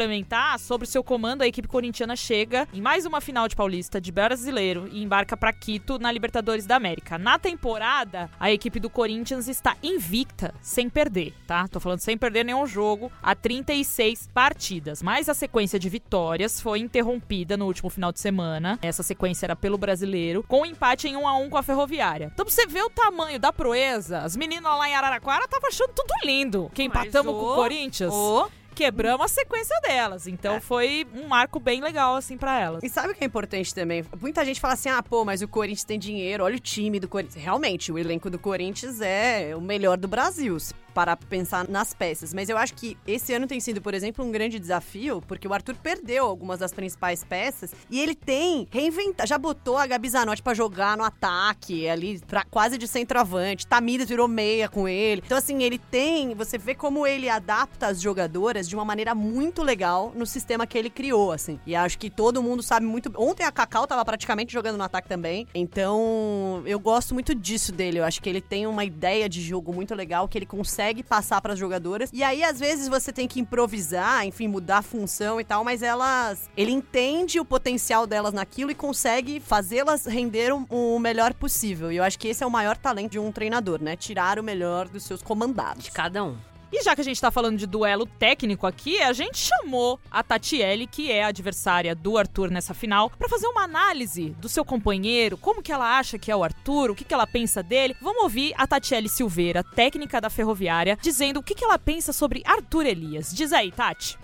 Speaker 1: sobre o seu comando, a equipe corintiana chega em mais uma final de Paulista de brasileiro e embarca pra Quito na Libertadores da América. Na temporada, a equipe do Corinthians está invicta, sem perder, tá? Tô falando sem perder nenhum jogo, há 36 partidas. Mas a sequência de vitórias foi interrompida no último final de semana. Essa sequência era pelo brasileiro, com um empate em 1 a 1 com a Ferroviária. Então pra você vê o tamanho da proeza. As meninas lá em Araraquara estavam achando tudo lindo. Que empatamos
Speaker 2: Mas
Speaker 1: com o
Speaker 2: o-
Speaker 1: Corinthians.
Speaker 2: O
Speaker 1: Quebramos a sequência delas. Então foi um marco bem legal, assim, pra elas.
Speaker 3: E sabe o que é importante também? Muita gente fala assim: ah, pô, mas o Corinthians tem dinheiro, olha o time do Corinthians. Realmente, o elenco do Corinthians é o melhor do Brasil, se parar pra pensar nas peças. Mas eu acho que esse ano tem sido, por exemplo, um grande desafio, porque o Arthur perdeu algumas das principais peças e ele tem reinventado. Já botou a Gabi Zanotti pra jogar no ataque, ali, pra, quase de centroavante. Tamires virou meia com ele. Então, assim, ele tem. Você vê como ele adapta as jogadoras de uma maneira muito legal no sistema que ele criou, assim. E acho que todo mundo sabe muito. Ontem a Cacau tava praticamente jogando no ataque também. Então, eu gosto muito disso dele. Eu acho que ele tem uma ideia de jogo muito legal que ele consegue passar pras jogadoras. E aí, às vezes, você tem que improvisar, enfim, mudar a função e tal, mas elas. Ele entende o potencial delas naquilo e consegue fazê-las render o, o melhor possível. E eu acho que esse é o maior talento de um treinador, né? Tirar o melhor dos seus comandados.
Speaker 2: de cada um.
Speaker 1: E já que a gente tá falando de duelo técnico aqui, a gente chamou a Tatiele, que é a adversária do Arthur nessa final, pra fazer uma análise do seu companheiro, como que ela acha que é o Arthur, o que que ela pensa dele. Vamos ouvir a Tatiele Silveira, técnica da Ferroviária, dizendo o que que ela pensa sobre Arthur Elias. Diz aí, Tati.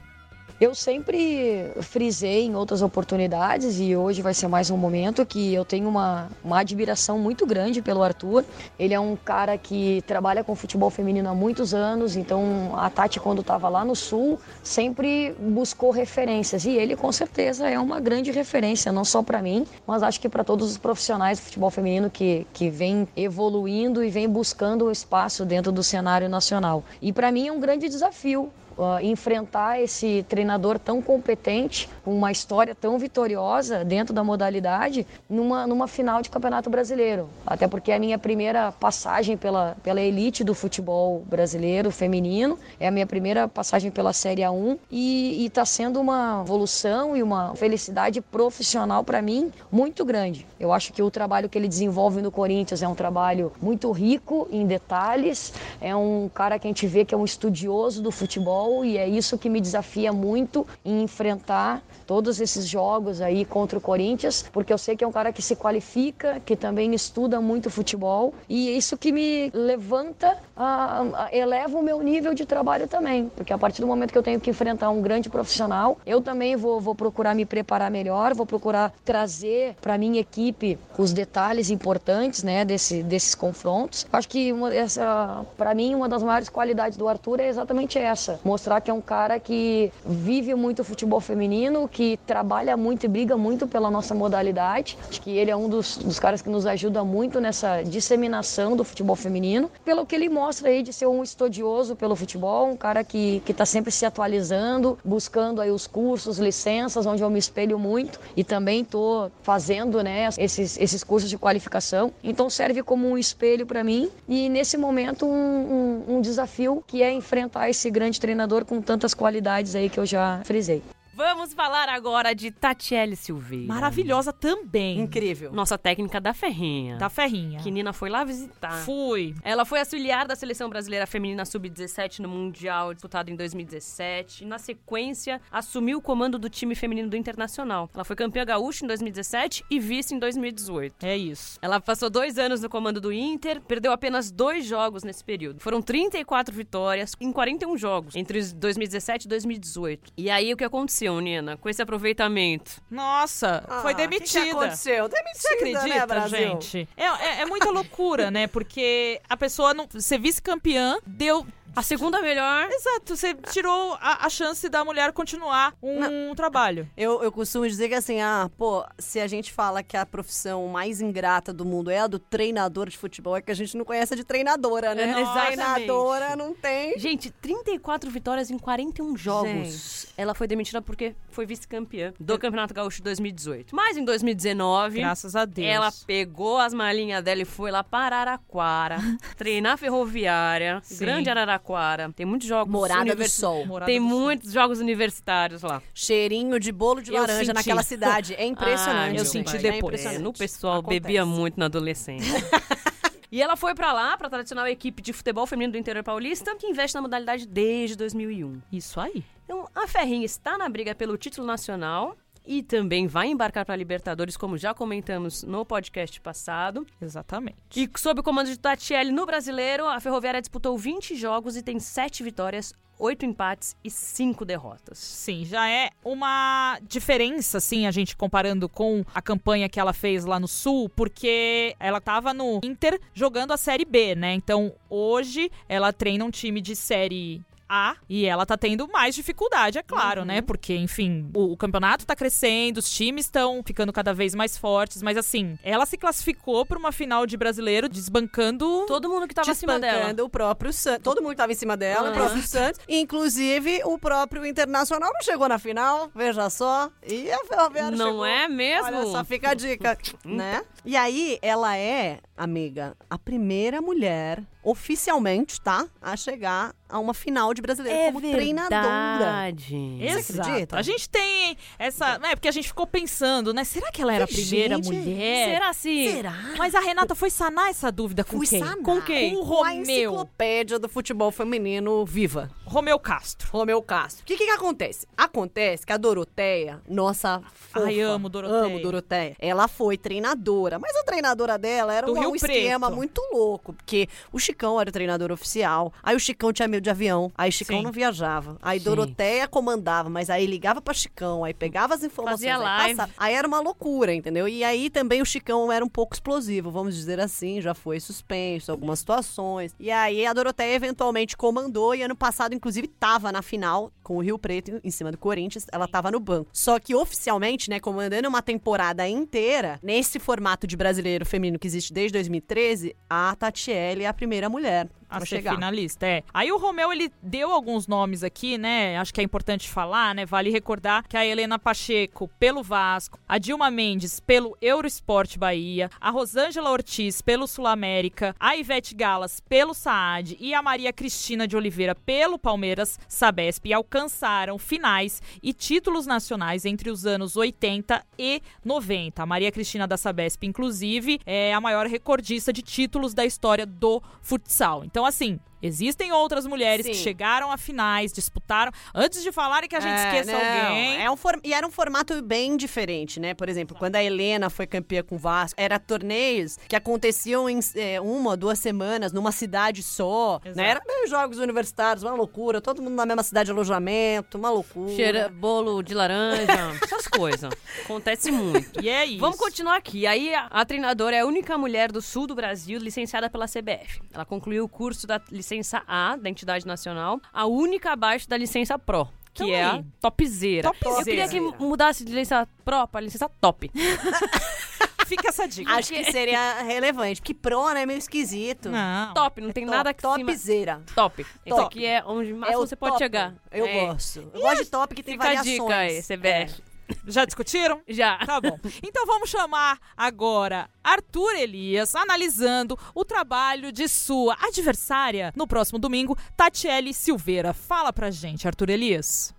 Speaker 6: Eu sempre frisei em outras oportunidades e hoje vai ser mais um momento que eu tenho uma, uma admiração muito grande pelo Arthur. Ele é um cara que trabalha com futebol feminino há muitos anos, então a Tati, quando estava lá no Sul, sempre buscou referências e ele, com certeza, é uma grande referência, não só para mim, mas acho que para todos os profissionais do futebol feminino que, que vem evoluindo e vem buscando o espaço dentro do cenário nacional. E para mim é um grande desafio Uh, enfrentar esse treinador tão competente, com uma história tão vitoriosa dentro da modalidade, numa, numa final de Campeonato Brasileiro. Até porque é a minha primeira passagem pela, pela elite do futebol brasileiro feminino, é a minha primeira passagem pela Série A1 e está sendo uma evolução e uma felicidade profissional para mim muito grande. Eu acho que o trabalho que ele desenvolve no Corinthians é um trabalho muito rico em detalhes, é um cara que a gente vê que é um estudioso do futebol e é isso que me desafia muito em enfrentar todos esses jogos aí contra o Corinthians, porque eu sei que é um cara que se qualifica, que também estuda muito futebol e é isso que me levanta, a, a, eleva o meu nível de trabalho também, porque a partir do momento que eu tenho que enfrentar um grande profissional, eu também vou, vou procurar me preparar melhor, vou procurar trazer para minha equipe os detalhes importantes, né, desse, desses confrontos. Acho que uma, essa, para mim, uma das maiores qualidades do Arthur é exatamente essa, mostrar que é um cara que vive muito o futebol feminino, que trabalha muito e briga muito pela nossa modalidade. Acho que ele é um dos, dos, caras que nos ajuda muito nessa disseminação do futebol feminino, pelo que ele mostra aí de ser um estudioso pelo futebol, um cara que está sempre se atualizando, buscando aí os cursos, licenças, onde eu me espelho muito e também estou fazendo né, esses, esses cursos de qualificação. Então serve como um espelho para mim e nesse momento um, um, um desafio que é enfrentar esse grande treinador com tantas qualidades aí que eu já frisei.
Speaker 2: Vamos falar agora de Tatiele Silveira.
Speaker 1: Maravilhosa também.
Speaker 3: Incrível.
Speaker 2: Nossa técnica da Ferrinha.
Speaker 1: Da Ferrinha.
Speaker 2: Que Nina foi lá visitar.
Speaker 1: Fui.
Speaker 2: Ela foi auxiliar da seleção brasileira feminina sub-17 no Mundial disputado em 2017. E na sequência, assumiu o comando do time feminino do Internacional. Ela foi campeã gaúcha em 2017 e vice em 2018.
Speaker 1: É isso.
Speaker 2: Ela passou dois anos no comando do Inter, perdeu apenas dois jogos nesse período. Foram 34 vitórias em 41 jogos entre 2017 e 2018. E aí o que aconteceu? Nina, com esse aproveitamento?
Speaker 1: Nossa, ah, foi demitida.
Speaker 3: O que, que, aconteceu? Demitida, Você
Speaker 1: acredita,
Speaker 3: né, Brasil?
Speaker 1: gente? É, é, é muita loucura, né? Porque a pessoa não. Ser vice-campeã deu.
Speaker 2: A segunda melhor.
Speaker 1: Exato, você tirou a, a chance da mulher continuar um não. trabalho.
Speaker 3: Eu, eu costumo dizer que assim, ah, pô, se a gente fala que a profissão mais ingrata do mundo é a do treinador de futebol, é que a gente não conhece de treinadora, né?
Speaker 1: Nossa,
Speaker 3: treinadora gente. não tem.
Speaker 2: Gente, 34 vitórias em 41 jogos. Gente. Ela foi demitida porque foi vice-campeã do Campeonato Gaúcho de 2018. Mas em 2019,
Speaker 1: graças a Deus,
Speaker 2: ela pegou as malinhas dela e foi lá para Araraquara, treinar ferroviária, Sim. grande Araraquara tem muitos jogos
Speaker 3: Morada univers... do Sol. Morada
Speaker 2: tem do muitos sol. jogos universitários lá.
Speaker 3: Cheirinho de bolo de laranja senti... naquela cidade. É impressionante.
Speaker 1: Ah, eu senti depois. É
Speaker 2: no pessoal Acontece. bebia muito na adolescência. E ela foi para lá, para a tradicional equipe de futebol feminino do interior paulista, que investe na modalidade desde 2001.
Speaker 1: Isso aí.
Speaker 2: Então, a Ferrinha está na briga pelo título nacional, e também vai embarcar para Libertadores, como já comentamos no podcast passado.
Speaker 1: Exatamente.
Speaker 2: E sob o comando de Tatiele no Brasileiro, a Ferroviária disputou 20 jogos e tem 7 vitórias, oito empates e cinco derrotas.
Speaker 1: Sim, já é uma diferença, assim, a gente comparando com a campanha que ela fez lá no Sul, porque ela estava no Inter jogando a Série B, né? Então, hoje ela treina um time de Série a, e ela tá tendo mais dificuldade, é claro, uhum. né? Porque, enfim, o, o, campeonato tá crescendo, os times estão ficando cada vez mais fortes, mas assim, ela se classificou pra uma final de brasileiro desbancando.
Speaker 2: Todo mundo que tava em cima dela.
Speaker 3: o próprio Santos. Todo mundo que tava em cima dela, uhum. o próprio Santos. Inclusive, o próprio Internacional não chegou na final, veja só. E a Ferroviária
Speaker 2: Não
Speaker 3: chegou.
Speaker 2: é mesmo? Olha,
Speaker 3: só fica a dica, né? E aí, ela é, amiga, a primeira mulher oficialmente, tá? A chegar a uma final de brasileiro
Speaker 2: é
Speaker 3: como
Speaker 2: verdade.
Speaker 3: treinadora.
Speaker 1: Exato. A gente tem essa. É, porque a gente ficou pensando, né? Será que ela era Tem a primeira gente, mulher?
Speaker 2: Será
Speaker 3: assim?
Speaker 2: sim? Será?
Speaker 1: Mas a Renata foi sanar essa dúvida com
Speaker 3: Fui
Speaker 1: quem?
Speaker 3: Sanar.
Speaker 1: Com quem?
Speaker 3: Com
Speaker 1: o Romeu.
Speaker 3: A enciclopédia do futebol feminino viva.
Speaker 1: Romeu Castro.
Speaker 3: Romeu Castro. O que que que acontece? Acontece que a Doroteia, nossa fofa,
Speaker 1: Ai, amo Doroteia.
Speaker 3: amo Doroteia, ela foi treinadora, mas a treinadora dela era
Speaker 1: Do
Speaker 3: uma-
Speaker 1: Rio
Speaker 3: um esquema
Speaker 1: Preto.
Speaker 3: muito louco, porque o Chicão era o treinador oficial, aí o Chicão tinha medo de avião, aí Chicão
Speaker 1: Sim.
Speaker 3: não viajava, aí
Speaker 2: Sim.
Speaker 3: Doroteia comandava, mas aí ligava pra Chicão, aí pegava as informações,
Speaker 2: Fazia
Speaker 3: aí
Speaker 2: live.
Speaker 3: passava. tá? Aí era uma loucura, entendeu? E aí também o Chicão era um pouco explosivo, vamos dizer assim, já foi suspenso em algumas situações. E aí a Doroteia eventualmente comandou e ano passado, inclusive, tava na final com o Rio Preto em cima do Corinthians, ela tava no banco. Só que oficialmente, né, comandando uma temporada inteira, nesse formato de brasileiro feminino que existe desde 2013, a Tatiele é a primeira mulher
Speaker 1: A
Speaker 3: pra
Speaker 1: ser
Speaker 3: chegar.
Speaker 1: finalista, é. Aí o Romeu, ele deu alguns nomes aqui, né? Acho que é importante falar, né? Vale recordar que a Helena Pacheco pelo Vasco, a Dilma Mendes pelo Eurosport Bahia, a Rosângela Ortiz pelo Sul América, a Ivete Galas pelo Saad e a Maria Cristina de Oliveira pelo Palmeiras Sabesp alcançaram finais e títulos nacionais entre os anos 80 e 90. A Maria Cristina da Sabesp, inclusive, é a maior recordista de títulos da história do futsal. Então, assim, existem outras mulheres que
Speaker 3: Sim.
Speaker 1: chegaram a finais, disputaram. Antes de falarem que a gente
Speaker 3: É,
Speaker 1: esqueça
Speaker 3: não,
Speaker 1: alguém.
Speaker 3: É um for- E era um formato bem diferente, né? Por exemplo, quando a Helena foi campeã com o Vasco, era torneios que aconteciam em é, uma ou duas semanas, numa cidade só.
Speaker 1: Exato.
Speaker 3: Né? Era meio jogos universitários, uma loucura. Todo mundo na mesma cidade de alojamento, uma loucura.
Speaker 2: Cheira bolo de laranja, essas coisas. Acontece muito.
Speaker 1: E é isso.
Speaker 2: Vamos continuar aqui. Aí a, a treinadora é a única mulher do sul do Brasil licenciada pela CBF. Ela concluiu o curso da licença A, da entidade nacional, a única abaixo da licença Pro. Que
Speaker 1: Então
Speaker 2: é
Speaker 1: aí.
Speaker 2: a topzera.
Speaker 1: Topzera.
Speaker 2: Eu queria que mudasse de licença pro pra licença top.
Speaker 1: Fica essa dica.
Speaker 3: Acho que seria relevante, porque pro, né, é meio esquisito.
Speaker 1: Não.
Speaker 2: top, não tem
Speaker 3: É Top-
Speaker 2: nada que cima.
Speaker 3: Topzera.
Speaker 2: Top. Isso
Speaker 3: Top.
Speaker 2: aqui é onde mais
Speaker 3: É o
Speaker 2: você pode
Speaker 3: top.
Speaker 2: chegar.
Speaker 3: Eu
Speaker 2: É.
Speaker 3: gosto. Eu gosto de top que tem
Speaker 2: Fica a
Speaker 3: variações. É.
Speaker 2: dica aí, CBF.
Speaker 1: Já discutiram?
Speaker 2: Já.
Speaker 1: Tá bom. Então vamos chamar agora Arthur Elias, analisando o trabalho de sua adversária no próximo domingo, Tatiele Silveira. Fala pra gente, Arthur Elias.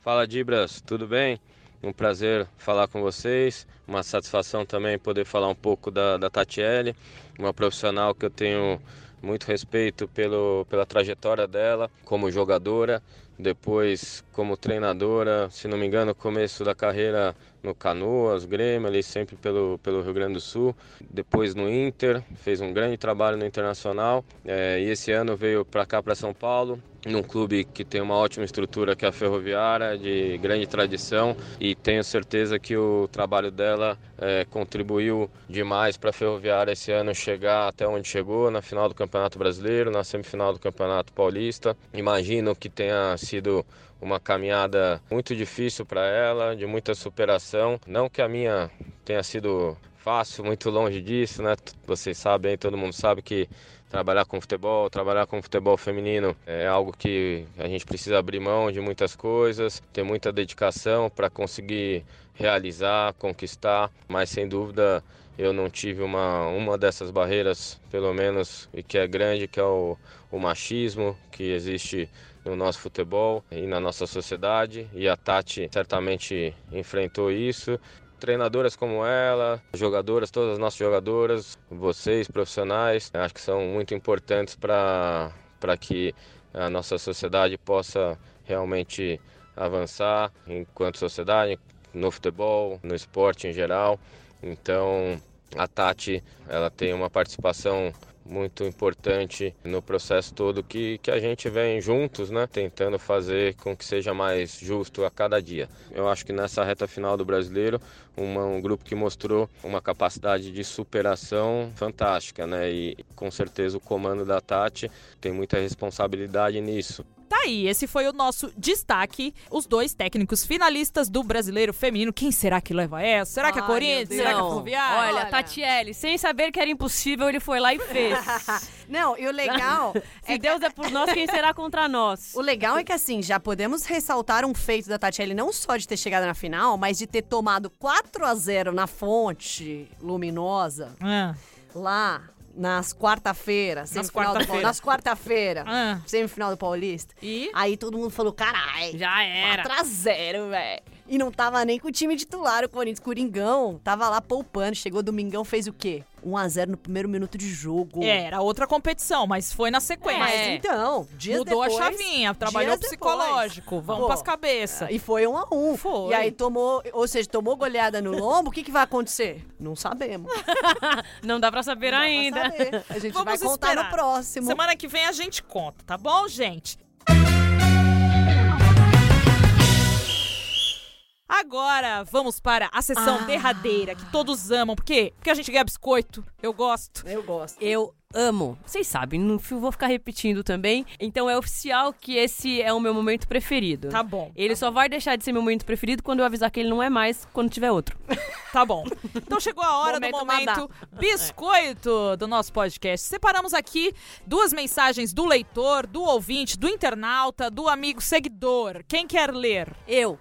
Speaker 7: Fala Dibras, tudo bem? Um prazer falar com vocês, uma satisfação também poder falar um pouco da, da Tatiele, uma profissional que eu tenho muito respeito pelo, pela trajetória dela como jogadora, depois como treinadora, se não me engano, começo da carreira no Canoas, Grêmio, ali sempre pelo, pelo Rio Grande do Sul, depois no Inter, fez um grande trabalho no Internacional eh, e esse ano veio para cá, para São Paulo, num clube que tem uma ótima estrutura que é a Ferroviária, de grande tradição e tenho certeza que o trabalho dela eh, contribuiu demais para a Ferroviária esse ano chegar até onde chegou, na final do Campeonato Brasileiro, na semifinal do Campeonato Paulista. Imagino que tenha sido uma caminhada muito difícil para ela, de muita superação. Não que a minha tenha sido fácil, muito longe disso, né? T- Vocês sabem, aí, todo mundo sabe que trabalhar com futebol, trabalhar com futebol feminino é algo que a gente precisa abrir mão de muitas coisas, ter muita dedicação para conseguir realizar, conquistar, mas sem dúvida eu não tive uma, uma dessas barreiras, pelo menos, e que é grande, que é o, o machismo que existe no nosso futebol e na nossa sociedade, e a Tati certamente enfrentou isso treinadoras como ela, jogadoras, todas as nossas jogadoras, vocês, profissionais, acho que são muito importantes para que a nossa sociedade possa realmente avançar enquanto sociedade, no futebol, no esporte em geral. Então, a Tati, ela tem uma participação muito importante no processo todo que, que a gente vem juntos, né? Tentando fazer com que seja mais justo a cada dia. Eu acho que nessa reta final do brasileiro uma- um grupo que mostrou uma capacidade de superação fantástica, né? E com certeza o comando da Tati tem muita responsabilidade nisso.
Speaker 1: Tá aí, esse foi o nosso destaque. Os dois técnicos finalistas do Brasileiro Feminino. Quem será que leva essa? Será que é
Speaker 3: Ai,
Speaker 1: Corinthians?
Speaker 3: meu
Speaker 1: Será que é
Speaker 3: Deus.
Speaker 1: Ferroviária?
Speaker 2: Olha,
Speaker 3: Olha.
Speaker 2: Tatiele, sem saber que era impossível, ele foi lá e fez.
Speaker 3: Ah, Não, e o legal
Speaker 2: Se Deus é por nós, quem será contra nós?
Speaker 3: O legal é que, assim, já podemos ressaltar um feito da Tatiele, não só de ter chegado na final, mas de ter tomado 4 a 0 na fonte luminosa,
Speaker 1: Ah,
Speaker 3: lá nas quarta-feira, semifinal do
Speaker 1: quarta-feira.
Speaker 3: Paulista. Nas quarta-feira,
Speaker 1: ah.
Speaker 3: semifinal do Paulista.
Speaker 1: E
Speaker 3: Aí todo mundo falou, carai,
Speaker 2: Já era.
Speaker 3: 4x0, velho. E não tava nem com o time titular, o Corinthians Coringão. Tava lá poupando, chegou domingão, fez o quê? 1x0 no primeiro minuto de jogo.
Speaker 1: É, era outra competição, mas foi na
Speaker 2: É.
Speaker 1: sequência.
Speaker 3: Mas então, dias
Speaker 1: Mudou
Speaker 3: depois,
Speaker 1: a chavinha, trabalhou
Speaker 3: dias
Speaker 1: psicológico. Vamos
Speaker 3: Pô,
Speaker 1: pras cabeças.
Speaker 3: E foi um a um.
Speaker 1: Foi.
Speaker 3: E aí tomou, ou seja, tomou goleada no lombo, o que, que vai acontecer? Não sabemos.
Speaker 2: Não dá pra saber
Speaker 3: Não dá pra
Speaker 2: ainda.
Speaker 3: saber. A gente vai
Speaker 1: Vamos
Speaker 3: contar
Speaker 1: esperar.
Speaker 3: no próximo.
Speaker 1: Semana que vem a gente conta, tá bom, gente? Agora vamos para a sessão
Speaker 3: Ah.
Speaker 1: derradeira que todos amam. Por quê? Porque a gente ganha biscoito. Eu gosto.
Speaker 3: Eu gosto.
Speaker 2: Eu amo. Vocês sabem, não f- vou ficar repetindo também. Então é oficial que esse é o meu momento preferido.
Speaker 1: Tá bom.
Speaker 2: Ele só vai deixar de ser meu momento preferido quando eu avisar que ele não é mais, quando tiver outro.
Speaker 1: Tá bom. Então chegou a hora do
Speaker 3: Momento
Speaker 1: momento biscoito do nosso podcast. Separamos aqui duas mensagens do leitor, do ouvinte, do internauta, do amigo seguidor. Quem quer ler?
Speaker 2: Eu.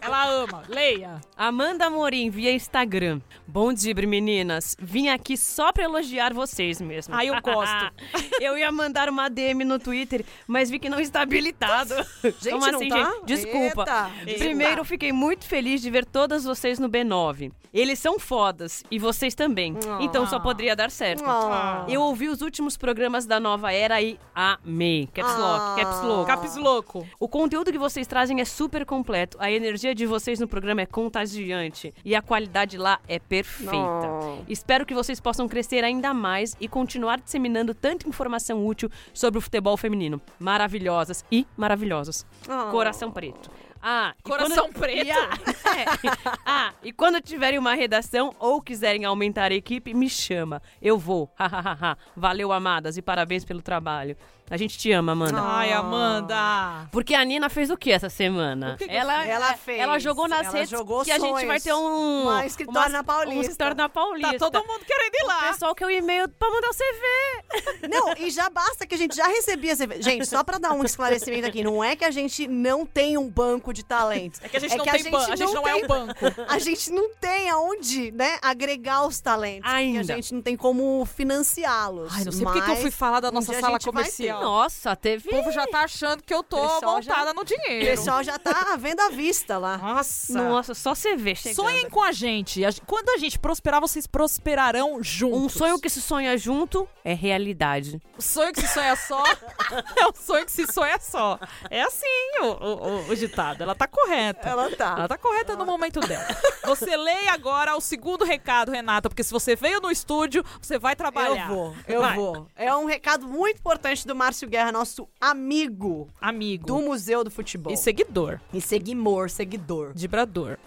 Speaker 1: Ela ama. Leia.
Speaker 2: Amanda Morim, via Instagram. Bom dibre, meninas. Vim aqui só pra elogiar vocês mesmo.
Speaker 1: Ah, eu gosto.
Speaker 2: eu ia mandar uma DM no Twitter, mas vi que não está habilitado.
Speaker 3: Gente,
Speaker 2: Como
Speaker 3: não
Speaker 2: assim,
Speaker 3: tá?
Speaker 2: gente? Desculpa.
Speaker 3: Eita, desculpa.
Speaker 2: Primeiro, eu fiquei muito feliz de ver todas vocês no B9. Eles são fodas, e vocês também. Então só poderia dar certo.
Speaker 3: Ah.
Speaker 2: Eu ouvi os últimos programas da nova era e amei. Caps
Speaker 3: Ah.
Speaker 2: Lock, Caps Lock.
Speaker 1: Capis louco.
Speaker 2: O conteúdo que vocês trazem é super completo. A energia de vocês no programa é contagiante e a qualidade lá é perfeita.
Speaker 3: Não.
Speaker 2: Espero que vocês possam crescer ainda mais e continuar disseminando tanta informação útil sobre o futebol feminino. Maravilhosas e maravilhosos.
Speaker 3: Ah.
Speaker 2: Coração preto. Ah, e
Speaker 1: Oh. Coração
Speaker 2: quando-
Speaker 1: preto?
Speaker 2: E ah, é. ah, e quando tiverem uma redação ou quiserem aumentar a equipe, me chama. Eu vou. Hahaha. Valeu, amadas, e parabéns pelo trabalho. A gente te ama, Amanda.
Speaker 1: Ai, Amanda. Tá
Speaker 2: Porque a Nina fez o que essa semana?
Speaker 1: que que
Speaker 2: ela,
Speaker 3: Ela fez.
Speaker 2: Ela jogou nas
Speaker 3: Ela
Speaker 2: redes
Speaker 3: jogou
Speaker 2: que a gente
Speaker 3: sonhos.
Speaker 2: vai ter um...
Speaker 3: Uma escritória na Paulista.
Speaker 2: Um escritório na Paulista.
Speaker 1: Tá todo mundo querendo ir
Speaker 2: O
Speaker 1: lá.
Speaker 2: pessoal quer o e-mail pra mandar o CV.
Speaker 3: Não, e já basta que a gente já recebia. esse- Gente, só pra dar um esclarecimento aqui, não é que a gente não tem um banco de talentos.
Speaker 1: É que a gente não tem banco. A gente não é
Speaker 3: tem-
Speaker 1: um banco.
Speaker 3: A gente não tem aonde, né, agregar os talentos. porque
Speaker 2: Ainda.
Speaker 3: a gente não tem como financiá-los.
Speaker 1: Ai, não sei por que que eu fui falar da
Speaker 3: um
Speaker 1: nossa
Speaker 3: dia a
Speaker 1: sala
Speaker 3: gente vai ter.
Speaker 1: comercial.
Speaker 2: Nossa, teve...
Speaker 1: O povo já tá achando que eu tô
Speaker 2: Pessoal já-
Speaker 1: montada no
Speaker 3: O
Speaker 1: dinheiro.
Speaker 3: pessoal já tá à venda à vista lá.
Speaker 1: Nossa.
Speaker 2: Nossa, só CV chegando.
Speaker 1: Sonhem com a gente. A gen- Quando a gente prosperar, vocês prosperarão juntos.
Speaker 2: Um sonho que se sonha junto é realidade.
Speaker 1: O sonho que se sonha só é o sonho que se sonha só. É assim o, o- o- o ditado. Ela tá correta.
Speaker 3: Ela tá.
Speaker 1: Ela tá correta no momento dela. Você leia agora o segundo recado, Renata, porque se você veio no estúdio, você vai trabalhar.
Speaker 3: Eu vou, eu
Speaker 1: Vai.
Speaker 3: vou. É um recado muito importante do Márcio Guerra, nosso amigo
Speaker 1: Amigo.
Speaker 3: do Museu do Futebol.
Speaker 1: E seguidor.
Speaker 3: E seguimor, seguidor.
Speaker 1: Vibrador.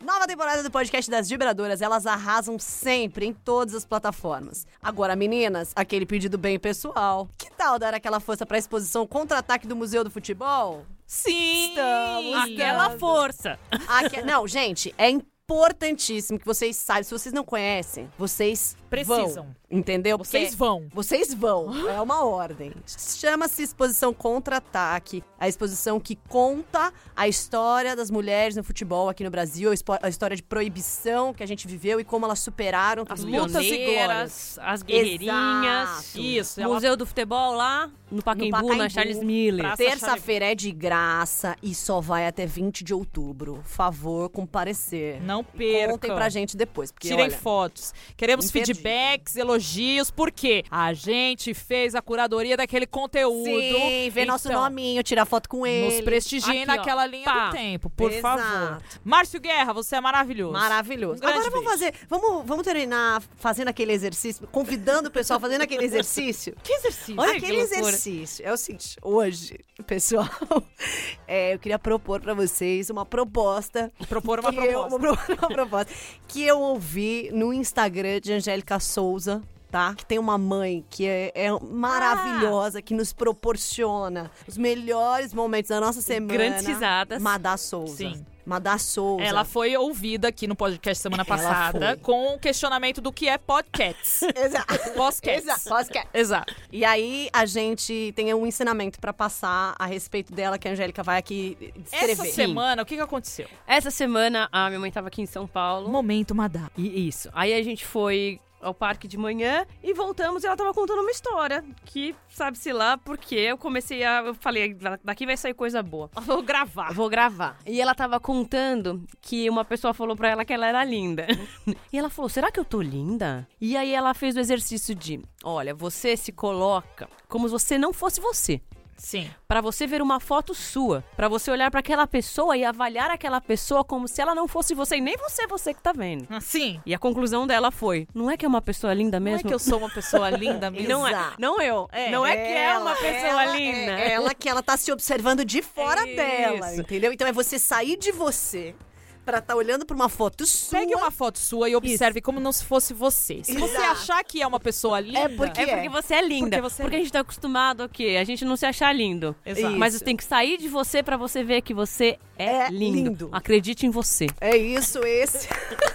Speaker 3: Nova temporada do podcast das Vibradoras, elas arrasam sempre em todas as plataformas. Agora, meninas, aquele pedido bem pessoal. Que tal dar aquela força pra exposição contra-ataque do Museu do Futebol?
Speaker 1: Sim!
Speaker 3: Estamos
Speaker 2: Aquela força.
Speaker 3: Aque- Não, gente, é importantíssimo que vocês saibam. Se vocês não conhecem, vocês
Speaker 1: Precisam.
Speaker 3: vão, entendeu? Porque
Speaker 1: Vocês vão.
Speaker 3: Vocês vão, é uma ordem. Chama-se Exposição Contra-Ataque, a exposição que conta a história das mulheres no futebol aqui no Brasil, a espo- a história de proibição que a gente viveu e como elas superaram
Speaker 2: As
Speaker 3: tudo
Speaker 1: lutas e
Speaker 2: lutas e
Speaker 1: glórias.
Speaker 2: as guerreirinhas.
Speaker 3: Exato.
Speaker 1: Isso, ela-
Speaker 2: Ah, Museu do Futebol lá no Pacaembu, na
Speaker 3: Pacaembu.
Speaker 2: Charles Miller.
Speaker 1: Pra-
Speaker 3: Terça-feira é de graça e só vai até 20 de outubro. Favor comparecer.
Speaker 1: Não percam.
Speaker 3: Contem pra gente depois, porque
Speaker 1: Tirem
Speaker 3: olha,
Speaker 1: fotos. Queremos
Speaker 3: imperdível.
Speaker 1: feedbacks, elogios, porque a gente fez a curadoria daquele conteúdo.
Speaker 3: Sim, vê nosso
Speaker 1: Então,
Speaker 3: nominho, tira foto com
Speaker 1: Nos
Speaker 3: ele.
Speaker 1: prestigiem
Speaker 2: Aqui, ó.
Speaker 1: naquela linha
Speaker 2: Pá.
Speaker 1: do tempo, por
Speaker 3: Exato.
Speaker 1: favor. Márcio Guerra, você é maravilhoso. Um
Speaker 3: Maravilhoso.
Speaker 1: grande
Speaker 3: Agora vamos fazer, vamos, vamos terminar fazendo aquele exercício, convidando o pessoal fazendo aquele exercício.
Speaker 1: Que exercício.
Speaker 2: Olha que
Speaker 3: aquele
Speaker 2: loucura.
Speaker 3: exercício é o seguinte, hoje, pessoal, é, eu queria propor pra vocês uma proposta
Speaker 1: Propor uma
Speaker 3: que eu-
Speaker 1: proposta.
Speaker 3: vou propor uma proposta que eu ouvi no Instagram de Angélica Souza. Tá? Que tem uma mãe que é,
Speaker 1: Ah!
Speaker 3: é maravilhosa, que nos proporciona os melhores momentos da nossa semana.
Speaker 2: Grandes risadas.
Speaker 3: Madá Souza.
Speaker 1: Sim.
Speaker 3: Madá Souza.
Speaker 1: Ela foi ouvida aqui no podcast semana passada
Speaker 3: foi.
Speaker 1: com o questionamento do que é podcast.
Speaker 3: Exato.
Speaker 1: Podcast.
Speaker 3: Exato. Podcast.
Speaker 1: Exato.
Speaker 3: E aí a gente tem um ensinamento pra passar a respeito dela que a Angélica vai aqui descrever.
Speaker 1: Essa semana, o que, que aconteceu?
Speaker 3: Hum?
Speaker 2: Essa semana, a minha mãe tava aqui em São Paulo.
Speaker 1: Momento Madá.
Speaker 2: E isso. Aí a gente foi ao parque de manhã e voltamos e ela tava contando uma história que, sabe-se lá, porque eu comecei a. Eu falei, daqui vai sair coisa boa.
Speaker 1: Vou gravar.
Speaker 2: Vou gravar. E ela tava contando que uma pessoa falou pra ela que ela era linda. e ela falou: será que eu tô linda? E aí ela fez o exercício de: olha, você se coloca como se você não fosse você.
Speaker 1: Sim.
Speaker 2: Pra você ver uma foto sua, Pra você olhar pra aquela pessoa e avaliar aquela pessoa como se ela não fosse você e nem você é você que tá vendo.
Speaker 1: Assim.
Speaker 2: E a conclusão dela foi: não é que é uma pessoa linda
Speaker 1: Não
Speaker 2: mesmo?
Speaker 1: é que eu sou uma pessoa linda
Speaker 2: E
Speaker 1: mesmo.
Speaker 2: não é,
Speaker 3: Exato.
Speaker 2: não eu. não é que é uma
Speaker 3: Ela-
Speaker 2: pessoa
Speaker 3: ela-
Speaker 2: linda.
Speaker 3: é ela que ela tá se observando de fora
Speaker 2: Isso.
Speaker 3: dela, entendeu? Então é você sair de você pra tá olhando pra uma foto sua.
Speaker 1: Pegue uma foto sua e observe como não se fosse você. Se você
Speaker 3: Exato.
Speaker 1: achar que é uma pessoa linda,
Speaker 3: É porque
Speaker 2: É porque você é linda.
Speaker 1: Porque você é
Speaker 2: a gente tá acostumado a quê? A gente não se achar lindo.
Speaker 1: Exato.
Speaker 2: Mas você tem que sair de você pra você ver que você é,
Speaker 3: É
Speaker 2: lindo.
Speaker 3: lindo.
Speaker 2: Acredite em você.
Speaker 3: É isso, esse,
Speaker 1: é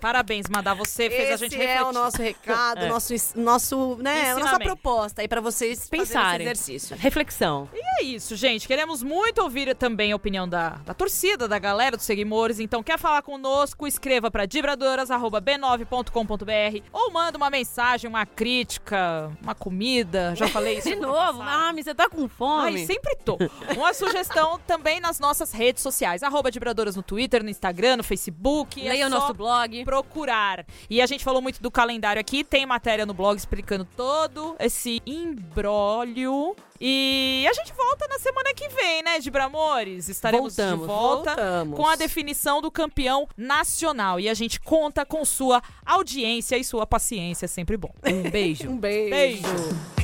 Speaker 1: parabéns, Madá, você fez a
Speaker 3: esse
Speaker 1: gente
Speaker 3: é
Speaker 1: refletir.
Speaker 3: o nosso recado,
Speaker 1: É.
Speaker 3: nosso, nosso, né, a nossa
Speaker 1: Ensinamento.
Speaker 3: proposta aí pra vocês
Speaker 2: Pensarem.
Speaker 3: fazerem esse exercício.
Speaker 2: Reflexão.
Speaker 1: É isso, gente. Queremos muito ouvir também a opinião da, da torcida, da galera, dos seguidores. Então, quer falar conosco? Escreva para dibradoras.b9.com.br ou manda uma mensagem, uma crítica, uma comida. Já falei isso.
Speaker 2: De novo, Mami, você tá com fome?
Speaker 1: Ai, sempre tô. Uma sugestão também nas nossas redes sociais. Arroba Dibradoras no Twitter, no Instagram, no Facebook. É
Speaker 2: Leia o
Speaker 1: só
Speaker 2: nosso blog.
Speaker 1: procurar. E a gente falou muito do calendário aqui, tem matéria no blog explicando todo esse imbróglio. E a gente volta na semana que vem, né, Dibramores? Estaremos de
Speaker 2: Voltamos.
Speaker 1: volta
Speaker 3: Voltamos.
Speaker 1: com a definição do campeão nacional. E a gente conta com sua audiência e sua paciência, é sempre bom.
Speaker 2: Um beijo.
Speaker 3: Um beijo.
Speaker 1: Beijo!